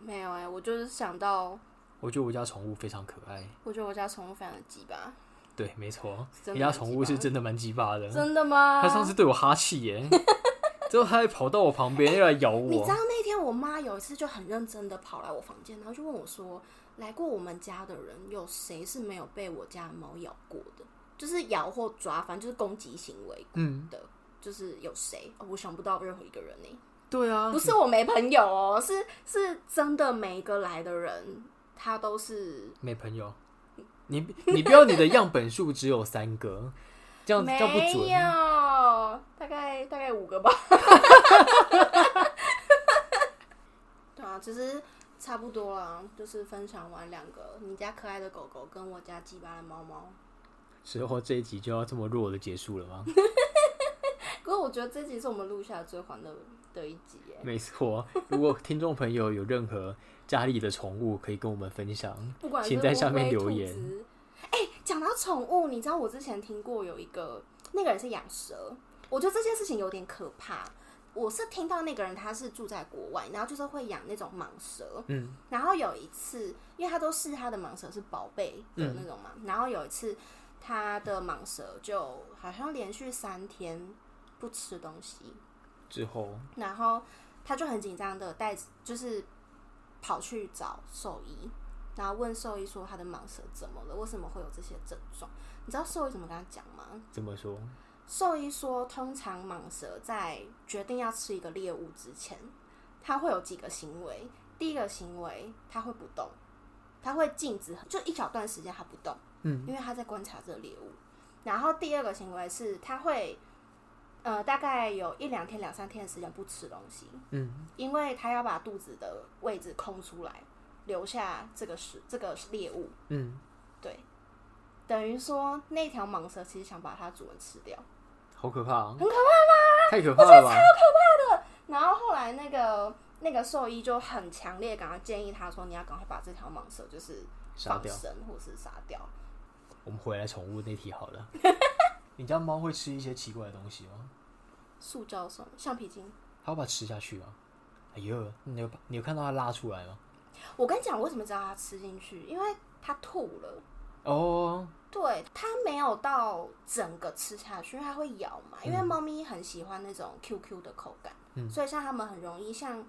Speaker 2: 没有哎、我就是想到，
Speaker 1: 我觉得我家宠物非常可爱。
Speaker 2: 我觉得我家宠物非常的鸡巴，
Speaker 1: 对，没错，
Speaker 2: 真的
Speaker 1: 你家
Speaker 2: 蛮鸡
Speaker 1: 宠物是
Speaker 2: 巴
Speaker 1: 真的蛮鸡巴的。
Speaker 2: 真的吗？
Speaker 1: 嗯它上次对我哈气 耶，之后它还跑到我旁边又来咬
Speaker 2: 你知道
Speaker 1: 我。
Speaker 2: 那天我妈有一次就很认真的跑来我房间，然后就问我说：“来过我们家的人，有谁是没有被我家的猫咬过的？就是咬或抓，反正就是攻击行为
Speaker 1: 嗯，
Speaker 2: 的，就是有谁、哦我想不到任何一个人呢、
Speaker 1: 对啊
Speaker 2: 不，是我没朋友哦，是是真的每一个来的人，他都是
Speaker 1: 没朋友。你你不要你的样本数只有三个，这样这样不
Speaker 2: 没有
Speaker 1: 准。，
Speaker 2: 大概大概五个 吧。对啊，其实差不多啦，就是分享完两个你家可爱的狗狗跟我家鸡巴的猫猫。
Speaker 1: 之后这一集就要这么弱的结束了吗？
Speaker 2: 不过我觉得这集是我们录下来最欢乐的一集耶，
Speaker 1: 没错，如果听众朋友有任何家里的宠物可以跟我们分享，
Speaker 2: 不管是
Speaker 1: 请在下面
Speaker 2: 乌龟
Speaker 1: 留言。
Speaker 2: 兔子哎、讲到宠物，你知道我之前听过有一个那个人是养蛇，我觉得这件事情有点可怕。我是听到那个人他是住在国外，然后就是会养那种蟒蛇，
Speaker 1: 嗯，
Speaker 2: 然后有一次，因为他都视他的蟒蛇是宝贝的那种嘛，然后有一次他的蟒蛇就好像连续三天不吃东西，
Speaker 1: 之后
Speaker 2: 然后他就很紧张的带，就是跑去找兽医，然后问兽医说他的蟒蛇怎么了，为什么会有这些症状？你知道兽医怎么跟他讲吗？
Speaker 1: 怎么说？
Speaker 2: 兽医说，通常蟒蛇在决定要吃一个猎物之前，它会有几个行为。第一个行为，它会不动，它会静止，就一小段时间它不动，
Speaker 1: 嗯，
Speaker 2: 因为它在观察这个猎物。然后第二个行为是，它会，呃，大概有一两天、两三天的时间不吃东西，
Speaker 1: 嗯，
Speaker 2: 因为它要把肚子的位置空出来，留下这个食这个猎物。
Speaker 1: 嗯，
Speaker 2: 对，等于说那条蟒蛇其实想把它主人吃掉。
Speaker 1: 好可怕、啊，很可怕吗？太可怕了吧！
Speaker 2: 然后后来那个那个兽医就很强烈地跟他建议他说，你要赶快把这条蟒蛇就是
Speaker 1: 杀
Speaker 2: 放
Speaker 1: 掉。
Speaker 2: 生或是杀掉。
Speaker 1: 我们回来宠物那题好 了。你家猫会吃一些奇怪的东西吗？
Speaker 2: 塑胶松、橡皮筋，
Speaker 1: 它会把它吃下去吗？哎呦，你有你有看到它拉出来吗？
Speaker 2: 我跟你讲，我为什么知道他吃进去，因为他吐了。
Speaker 1: 哦，
Speaker 2: 对，它没有到整个吃下去，因为它会咬嘛。因为
Speaker 1: 嗯
Speaker 2: 猫咪很喜欢那种 QQ 的口感，所以像它们很容易像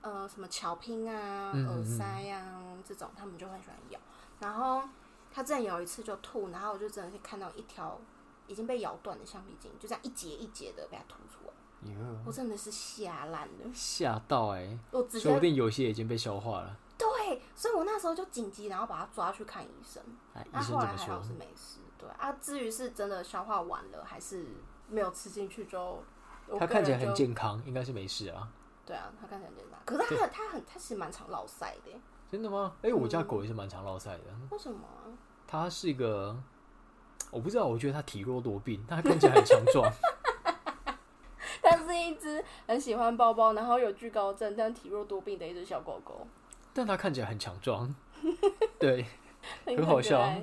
Speaker 2: 呃什么巧拼啊、
Speaker 1: 嗯嗯
Speaker 2: 耳
Speaker 1: 嗯
Speaker 2: 塞啊这种，它们就会很喜欢咬。然后它之前有一次就吐，然后我就真的是看到一条已经被咬断的橡皮筋，就这样一节一节的被它吐出来，
Speaker 1: 哎
Speaker 2: 我真的是吓烂了，
Speaker 1: 呦，吓到哎、
Speaker 2: 我直
Speaker 1: 说不
Speaker 2: 接
Speaker 1: 定有些已经被消化了。
Speaker 2: 对，所以我那时候就紧急，然后把它抓去看医生。
Speaker 1: 哎，
Speaker 2: 那
Speaker 1: 医生
Speaker 2: 啊
Speaker 1: 怎
Speaker 2: 后来
Speaker 1: 么
Speaker 2: 还好
Speaker 1: 说
Speaker 2: 是？没事，对啊。至于是真的消化完了，还是没有吃进去就，我
Speaker 1: 它
Speaker 2: 个
Speaker 1: 看起来很
Speaker 2: 人就
Speaker 1: 健康，应该是没事啊。
Speaker 2: 对啊，它看起来很健康。可是它它很它其实蛮常落腮的耶，
Speaker 1: 真的吗？哎、我家狗也是蛮常落腮的。
Speaker 2: 为什么啊、
Speaker 1: 它是一个，我不知道，我觉得它体弱多病，但它看起来很强壮。
Speaker 2: 它是一只很喜欢抱抱，然后有惧高症但体弱多病的一只小狗狗，
Speaker 1: 但它看起来很强 壮。对，
Speaker 2: 很
Speaker 1: 很好笑啊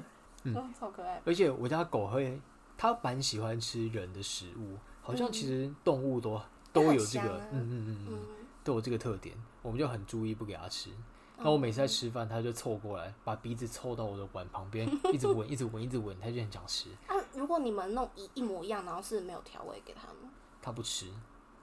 Speaker 2: 嗯、哦超可爱。
Speaker 1: 而且我家狗会，它蛮喜欢吃人的食物，好像其实动物嗯都、都有这
Speaker 2: 它很
Speaker 1: 个
Speaker 2: 香啊，
Speaker 1: 嗯嗯嗯嗯，
Speaker 2: 嗯，
Speaker 1: 都有这个特点，我们就很注意不给它吃。那我每次在吃饭，它就凑过来，把鼻子凑到我的碗旁 边，一直闻，一直闻，一直闻，它就很想吃，
Speaker 2: 啊，如果你们弄一一模一样，然后是没有调味给它们，
Speaker 1: 它不吃，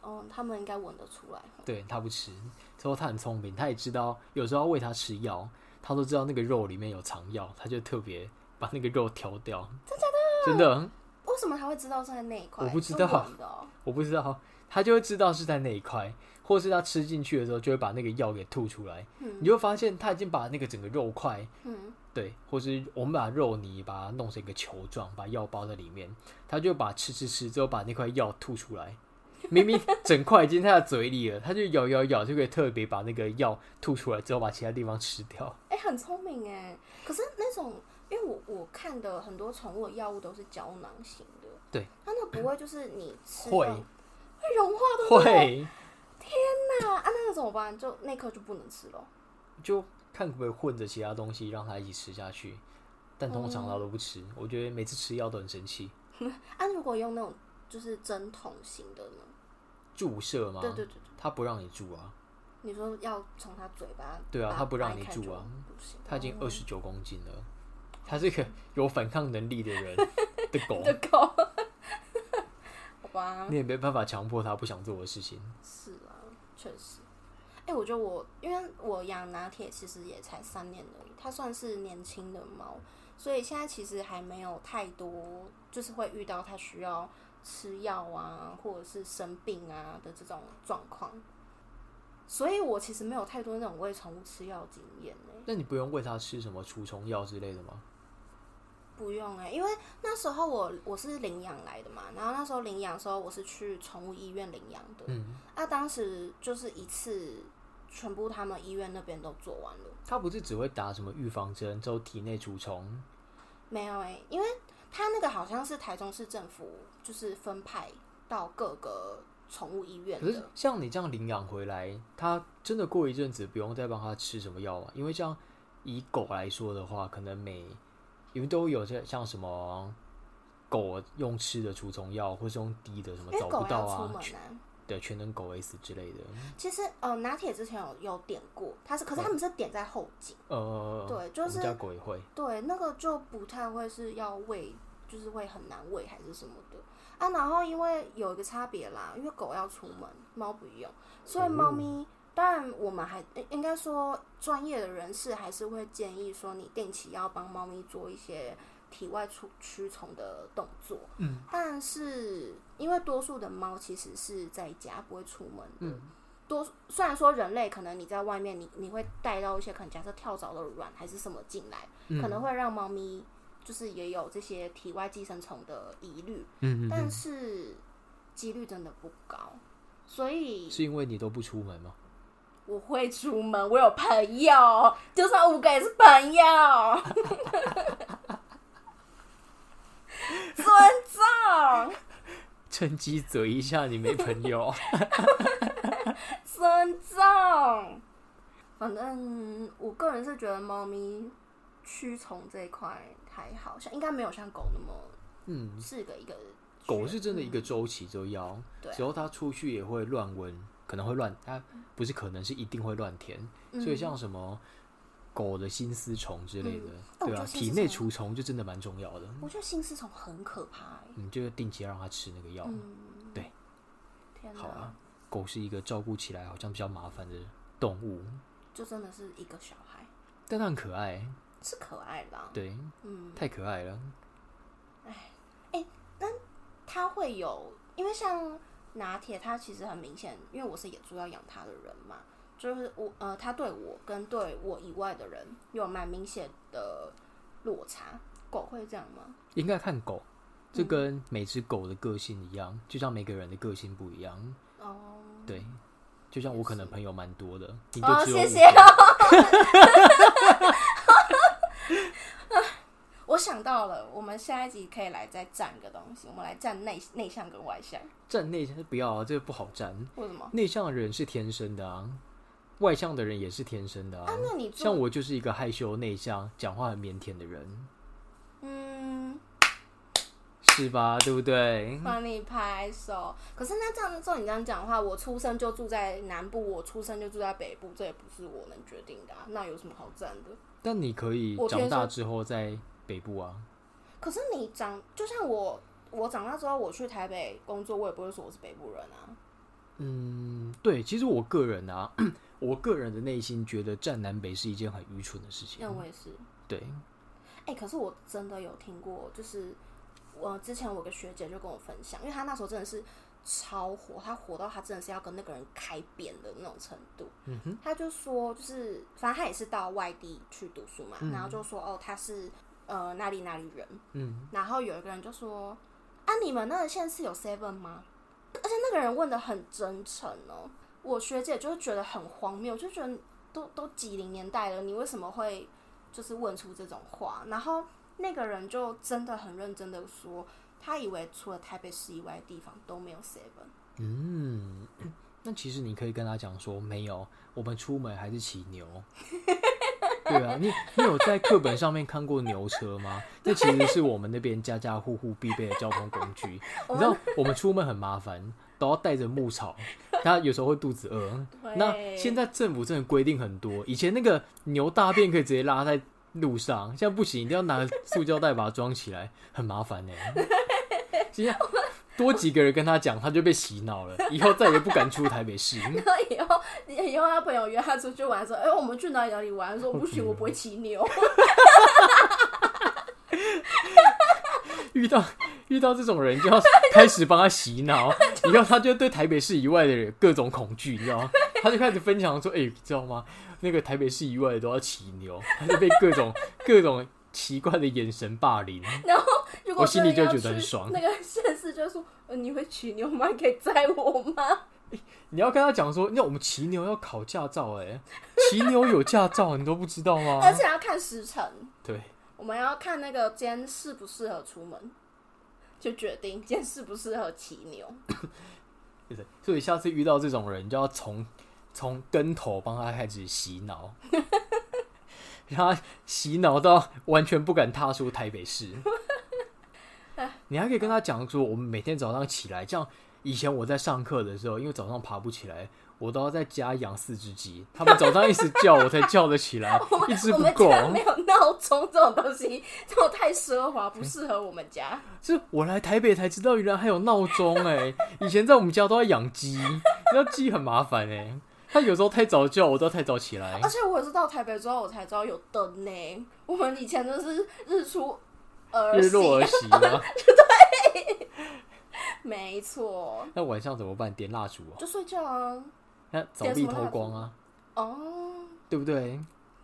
Speaker 2: 哦，他们应该闻得出来。
Speaker 1: 对他不吃，之后他很聪明，他也知道有时候要喂他吃药，他都知道那个肉里面有藏药，他就特别把那个肉挑掉。真的？真的，
Speaker 2: 为什么他会知道是在那一块？
Speaker 1: 我不知
Speaker 2: 是
Speaker 1: 道
Speaker 2: 闻的哦
Speaker 1: 我不知道，他就会知道是在那一块，或是他吃进去的时候就会把那个药给吐出来，你就会发现他已经把那个整个肉块，
Speaker 2: 嗯，
Speaker 1: 对，或是我们把肉泥把它弄成一个球状，把药包在里面，他就把吃吃吃之后把那块药吐出来。明明整块已经在他的嘴里了，他就咬咬咬，就可以特别把那个药吐出来，之后把其他地方吃掉。
Speaker 2: 哎、很聪明哎。可是那种，因为我我看的很多宠物的药物都是胶囊型的，
Speaker 1: 对，
Speaker 2: 它那不会就是你吃
Speaker 1: 会
Speaker 2: 到啊会融化的。
Speaker 1: 会
Speaker 2: 那啊，那个怎么办？就那颗就不能吃了。
Speaker 1: 就看可不可以混着其他东西让他一起吃下去，但通常他都不吃。我觉得每次吃药都很生气。
Speaker 2: 啊，如果用那种就是针筒型的呢？
Speaker 1: 注射吗？
Speaker 2: 对对对对，
Speaker 1: 他不让你注啊，
Speaker 2: 你说要从它嘴巴
Speaker 1: 对啊
Speaker 2: 拔
Speaker 1: 它不让
Speaker 2: 拔
Speaker 1: 你
Speaker 2: 开
Speaker 1: 住
Speaker 2: 就
Speaker 1: 啊
Speaker 2: 不行。哦
Speaker 1: 他已经二十九公斤了，他是个 有反抗能力的 人的狗，
Speaker 2: 的狗，好吧。
Speaker 1: 你也没办法强迫他不想做的事情。
Speaker 2: 是啊，确实。哎、我觉得我因为我养拿铁其实也才三年而已，它算是年轻的猫，所以现在其实还没有太多，就是会遇到它需要吃药啊，或者是生病啊的这种状况。所以我其实没有太多那种喂宠物吃药的经验欸呢、
Speaker 1: 那你不用喂他吃什么除虫药之类的吗？
Speaker 2: 不用哎、因为那时候我我是领养来的嘛，然后那时候领养的时候我是去宠物医院领养的，
Speaker 1: 嗯，
Speaker 2: 啊，当时就是一次，全部他们医院那边都做完了，
Speaker 1: 他不是只会打什么预防针，之后体内除虫，
Speaker 2: 没有哎、因为他那个好像是台中市政府就是分派到各个宠物医院
Speaker 1: 可是
Speaker 2: 的，
Speaker 1: 像你这样领养回来，它真的过一阵子不用再帮它吃什么药啊？因为像以狗来说的话，可能每你们都有些像什么狗用吃的除虫药，或是用滴的什么
Speaker 2: 因
Speaker 1: 找
Speaker 2: 为
Speaker 1: 不
Speaker 2: 哎狗
Speaker 1: 到
Speaker 2: 要出
Speaker 1: 啊
Speaker 2: 门，
Speaker 1: 全
Speaker 2: 啊。
Speaker 1: 对全能狗 S 之类的，
Speaker 2: 其实呃，拿铁之前有有点过，它是可是他们是点在后颈，
Speaker 1: 呃，
Speaker 2: 对就
Speaker 1: 哦我们
Speaker 2: 是
Speaker 1: 家狗也会，
Speaker 2: 对，那个就不太会是要喂，就是会很难喂还是什么的啊。然后因为有一个差别啦，因为狗要出门，猫不用，所以猫咪、当然我们还应应该说专业的人士还是会建议说，你定期要帮猫咪做一些体外除驱虫的动作。嗯，但是因为多数的猫其实是在家不会出门的。多虽然说人类可能你在外面你你会带到一些可能假设跳蚤的卵还是什么进来，
Speaker 1: 嗯
Speaker 2: 可能会让猫咪就是也有这些体外寄生虫的疑虑，
Speaker 1: 嗯
Speaker 2: 但是几率真的不高，所以
Speaker 1: 是因为你都不出门吗？
Speaker 2: 我会出门，我有朋友，就算五个也是朋友，尊重，
Speaker 1: 趁机嘴一下你没朋友，
Speaker 2: 尊重。反正我个人是觉得猫咪驱虫这一块还好像，应该没有像狗那么
Speaker 1: 嗯，
Speaker 2: 是个一个
Speaker 1: 狗是真的一个周期就要，
Speaker 2: 嗯对
Speaker 1: 只要它出去也会乱闻，可能会乱，它不是可能是一定会乱舔，
Speaker 2: 嗯
Speaker 1: 所以像什么狗的心丝虫之类的，
Speaker 2: 哦
Speaker 1: 对
Speaker 2: 我觉
Speaker 1: 啊，
Speaker 2: 得心
Speaker 1: 体
Speaker 2: 丝
Speaker 1: 内
Speaker 2: 虫
Speaker 1: 除虫就真的蛮重要的，
Speaker 2: 我觉得心丝虫很可怕、欸。
Speaker 1: 你就定期让它吃那个药。
Speaker 2: 嗯，
Speaker 1: 对。
Speaker 2: 天哪，
Speaker 1: 好啊，狗是一个照顾起来好像比较麻烦的动物，
Speaker 2: 就真的是一个小孩，
Speaker 1: 但它很可爱，
Speaker 2: 是可爱啦。
Speaker 1: 对，
Speaker 2: 嗯，
Speaker 1: 太可爱了。
Speaker 2: 它会有，因为像拿铁，它其实很明显，因为我是野猪要养它的人嘛，就是我呃，它对我跟对我以外的人有蛮明显的落差。狗会这样吗？
Speaker 1: 应该看狗，这
Speaker 2: 嗯
Speaker 1: 跟每只狗的个性一样，就像每个人的个性不一样，
Speaker 2: 哦、
Speaker 1: 对。就像我可能朋友蛮多的，你就
Speaker 2: 哦，
Speaker 1: 只有五
Speaker 2: 谢
Speaker 1: 个。
Speaker 2: 谢哦。我想到了，我们下一集可以来再站个东西，我们来站内内向跟外向，
Speaker 1: 站内向不要啊，这个不好站。
Speaker 2: 为什么？
Speaker 1: 内向的人是天生的啊，外向的人也是天生的啊。
Speaker 2: 啊，那你做
Speaker 1: 像我就是一个害羞、内向、讲话很腼腆的人，
Speaker 2: 嗯，
Speaker 1: 是吧？对不对？
Speaker 2: 帮你拍手。可是那这样照你这样讲的话，我出生就住在南部，我出生就住在北部，这也不是我能决定的、啊，那有什么好站的？
Speaker 1: 但你可以
Speaker 2: 我
Speaker 1: 长
Speaker 2: 天生
Speaker 1: 大之后在北部啊，
Speaker 2: 可是你长，就像我，我长大之后我去台北工作，我也不会说我是北部人啊。
Speaker 1: 嗯，对，其实我个人啊，我个人的内心觉得站南北是一件很愚蠢的事情
Speaker 2: 那。我也是。
Speaker 1: 对，
Speaker 2: 哎、可是我真的有听过，就是我之前我有个学姐就跟我分享，因为她那时候真的是超火，她火到她真的是要跟那个人开扁的那种程度。嗯哼，她就说，就是反正她也是到外地去读书嘛，然后就说哦，她是呃哪里哪里人，
Speaker 1: 嗯，
Speaker 2: 然后有一个人就说啊，你们那个县市有 Seven 吗？而且那个人问的很真诚哦，我学姐就是觉得很荒谬，就觉得都都几零年代了，你为什么会就是问出这种话，然后那个人就真的很认真的说，他以为除了台北市以外的地方都没有 seven。
Speaker 1: 嗯，那其实你可以跟他讲说，没有，我们出门还是骑牛。对啊，你你有在课本上面看过牛车吗？这其实是我们那边家家户户必备的交通工具。你知道我们出门很麻烦，都要带着牧草，他有时候会肚子饿。那现 在政府真的规定很多，以前那个牛大便可以直接拉在路上，现在不行，一定要拿塑胶袋把它装起来，很麻烦呢、现在多几个人跟他讲，他就被洗脑了，以后再也不敢出台北市。
Speaker 2: 然后以后，以后他朋友约他出去玩，说：“哎、我们去哪里哪里玩？”他说：“不 行，我不会骑牛。
Speaker 1: 遇到遇到这种人，就要开始帮他洗脑，以后他就对台北市以外的人各种恐惧，你知道吗？他就开始分享说：“哎、你知道吗？那个台北市以外的都要骑牛。”他就被各种各种奇怪的眼神霸凌。”
Speaker 2: 如果
Speaker 1: 我心里
Speaker 2: 真的
Speaker 1: 就
Speaker 2: 要
Speaker 1: 觉得很
Speaker 2: 去
Speaker 1: 爽
Speaker 2: 那个现实就说：“呃你会骑牛吗？你可以载我
Speaker 1: 哦
Speaker 2: 吗
Speaker 1: 你要跟他讲说：“那我们骑牛要考驾照、哎，骑牛有驾照，你都不知道？”吗？
Speaker 2: 而且要看时辰，
Speaker 1: 对，
Speaker 2: 我们要看那个今天适不适合出门，就决定今天适不适合骑牛。
Speaker 1: 对的所以下次遇到这种人，你就要从从跟头帮他开始洗 脑，让他洗脑到完全不敢踏出台北市。 你还可以跟他讲说，我们每天早上起来，像以前我在上课的时候，因为早上爬不起来，我都要在家养四只鸡，他们早上一直叫我才叫得起来，一只
Speaker 2: 我
Speaker 1: 不
Speaker 2: 们
Speaker 1: 够。
Speaker 2: 家没有闹钟这种东西， 这种太奢华，不适合我们家。
Speaker 1: 是我来台北才知道，原来还有闹钟哎！ 以前在我们家都要养鸡，那鸡很麻烦哎、它有时候太早叫，我都要太早起来
Speaker 2: 而。且我也是到台北之后，我才知道有灯呢、我们以前真的是日出而
Speaker 1: 日
Speaker 2: 息，
Speaker 1: 落而息吗？
Speaker 2: 没错，
Speaker 1: 那晚上怎么办？点蜡烛哦，
Speaker 2: 就睡觉啊。
Speaker 1: 那早必偷光啊，
Speaker 2: 哦，
Speaker 1: 对不对？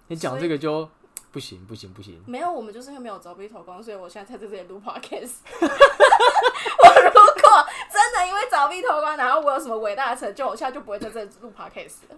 Speaker 1: 你讲这个就不行不行不行，
Speaker 2: 没有，我们就是因为没有凿壁投光，所以我现在在这里录 podcast。我如果真的因为凿壁投光，然后我有什么伟大的成就，我现在就不会在这里录 podcast 了，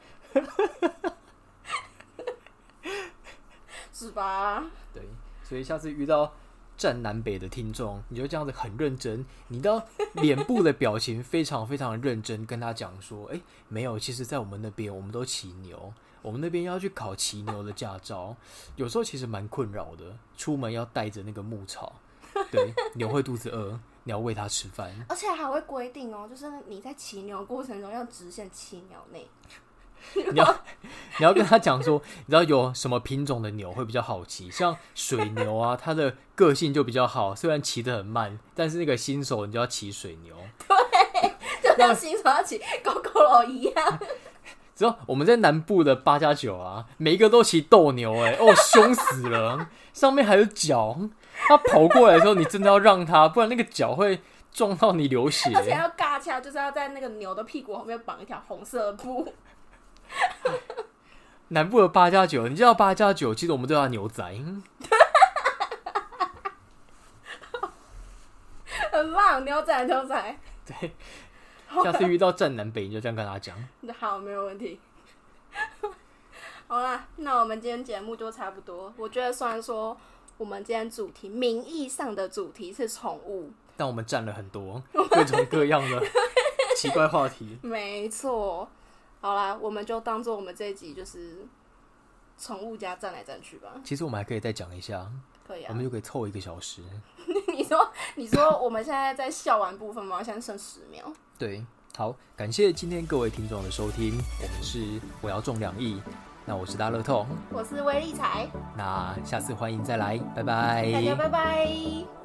Speaker 2: 是吧？
Speaker 1: 对。所以下次遇到站南北的听众，你就这样子很认真，你到脸部的表情非常非常认真，跟他讲说：“ 哎、没有，其实，在我们那边我们都骑牛，我们那边要去考骑牛的驾照，有时候其实蛮困扰的，出门要带着那个牧草， 对，牛会肚子饿，你要喂它吃饭。”
Speaker 2: 而且还会规定哦，就是你在骑牛的过程中要直线七秒内。
Speaker 1: 你要你要跟他讲说， 你知道有什么品种的牛会比较好骑，像水牛啊，它的个性就比较好，虽然骑得很慢，但是那个新手你就要骑水牛。
Speaker 2: 就像新手要骑狗狗楼一样，
Speaker 1: 之后我们在南部的八加九啊，每一个都骑斗牛、哎，哦，凶死了， 上面还有脚，它跑过来的时候，你真的要让它，不然那个脚会撞到你流血。
Speaker 2: 而且要尬掐，就是要在那个牛的屁股后面绑一条红色的布。
Speaker 1: 南部的八加九，你知道八加九，其实我们都叫它牛 仔。
Speaker 2: 很棒，牛仔牛仔，
Speaker 1: 对，
Speaker 2: 啊
Speaker 1: 下次遇到站南北，你就这样跟他讲。
Speaker 2: 好，没有问题。 好啦，那我们今天节目就差不多。我觉得虽然说我们今天主题名义上的主题是宠物，
Speaker 1: 但我们占了很 多各种各样的奇怪话题。
Speaker 2: 没错。好啦，我们就当做我们这一集就是宠物家站来站去吧，
Speaker 1: 其实我们还可以再讲一下，
Speaker 2: 可以
Speaker 1: 我
Speaker 2: 啊
Speaker 1: 们。就可以凑一个小时。
Speaker 2: 你说，你说我们现在在笑完部分吗？现在剩十秒。
Speaker 1: 对，好，感谢今天各位听众的收听，我们是我要中两亿，那我是大乐透，
Speaker 2: 我是威力彩，
Speaker 1: 那下次欢迎再来，拜拜，
Speaker 2: 大家拜拜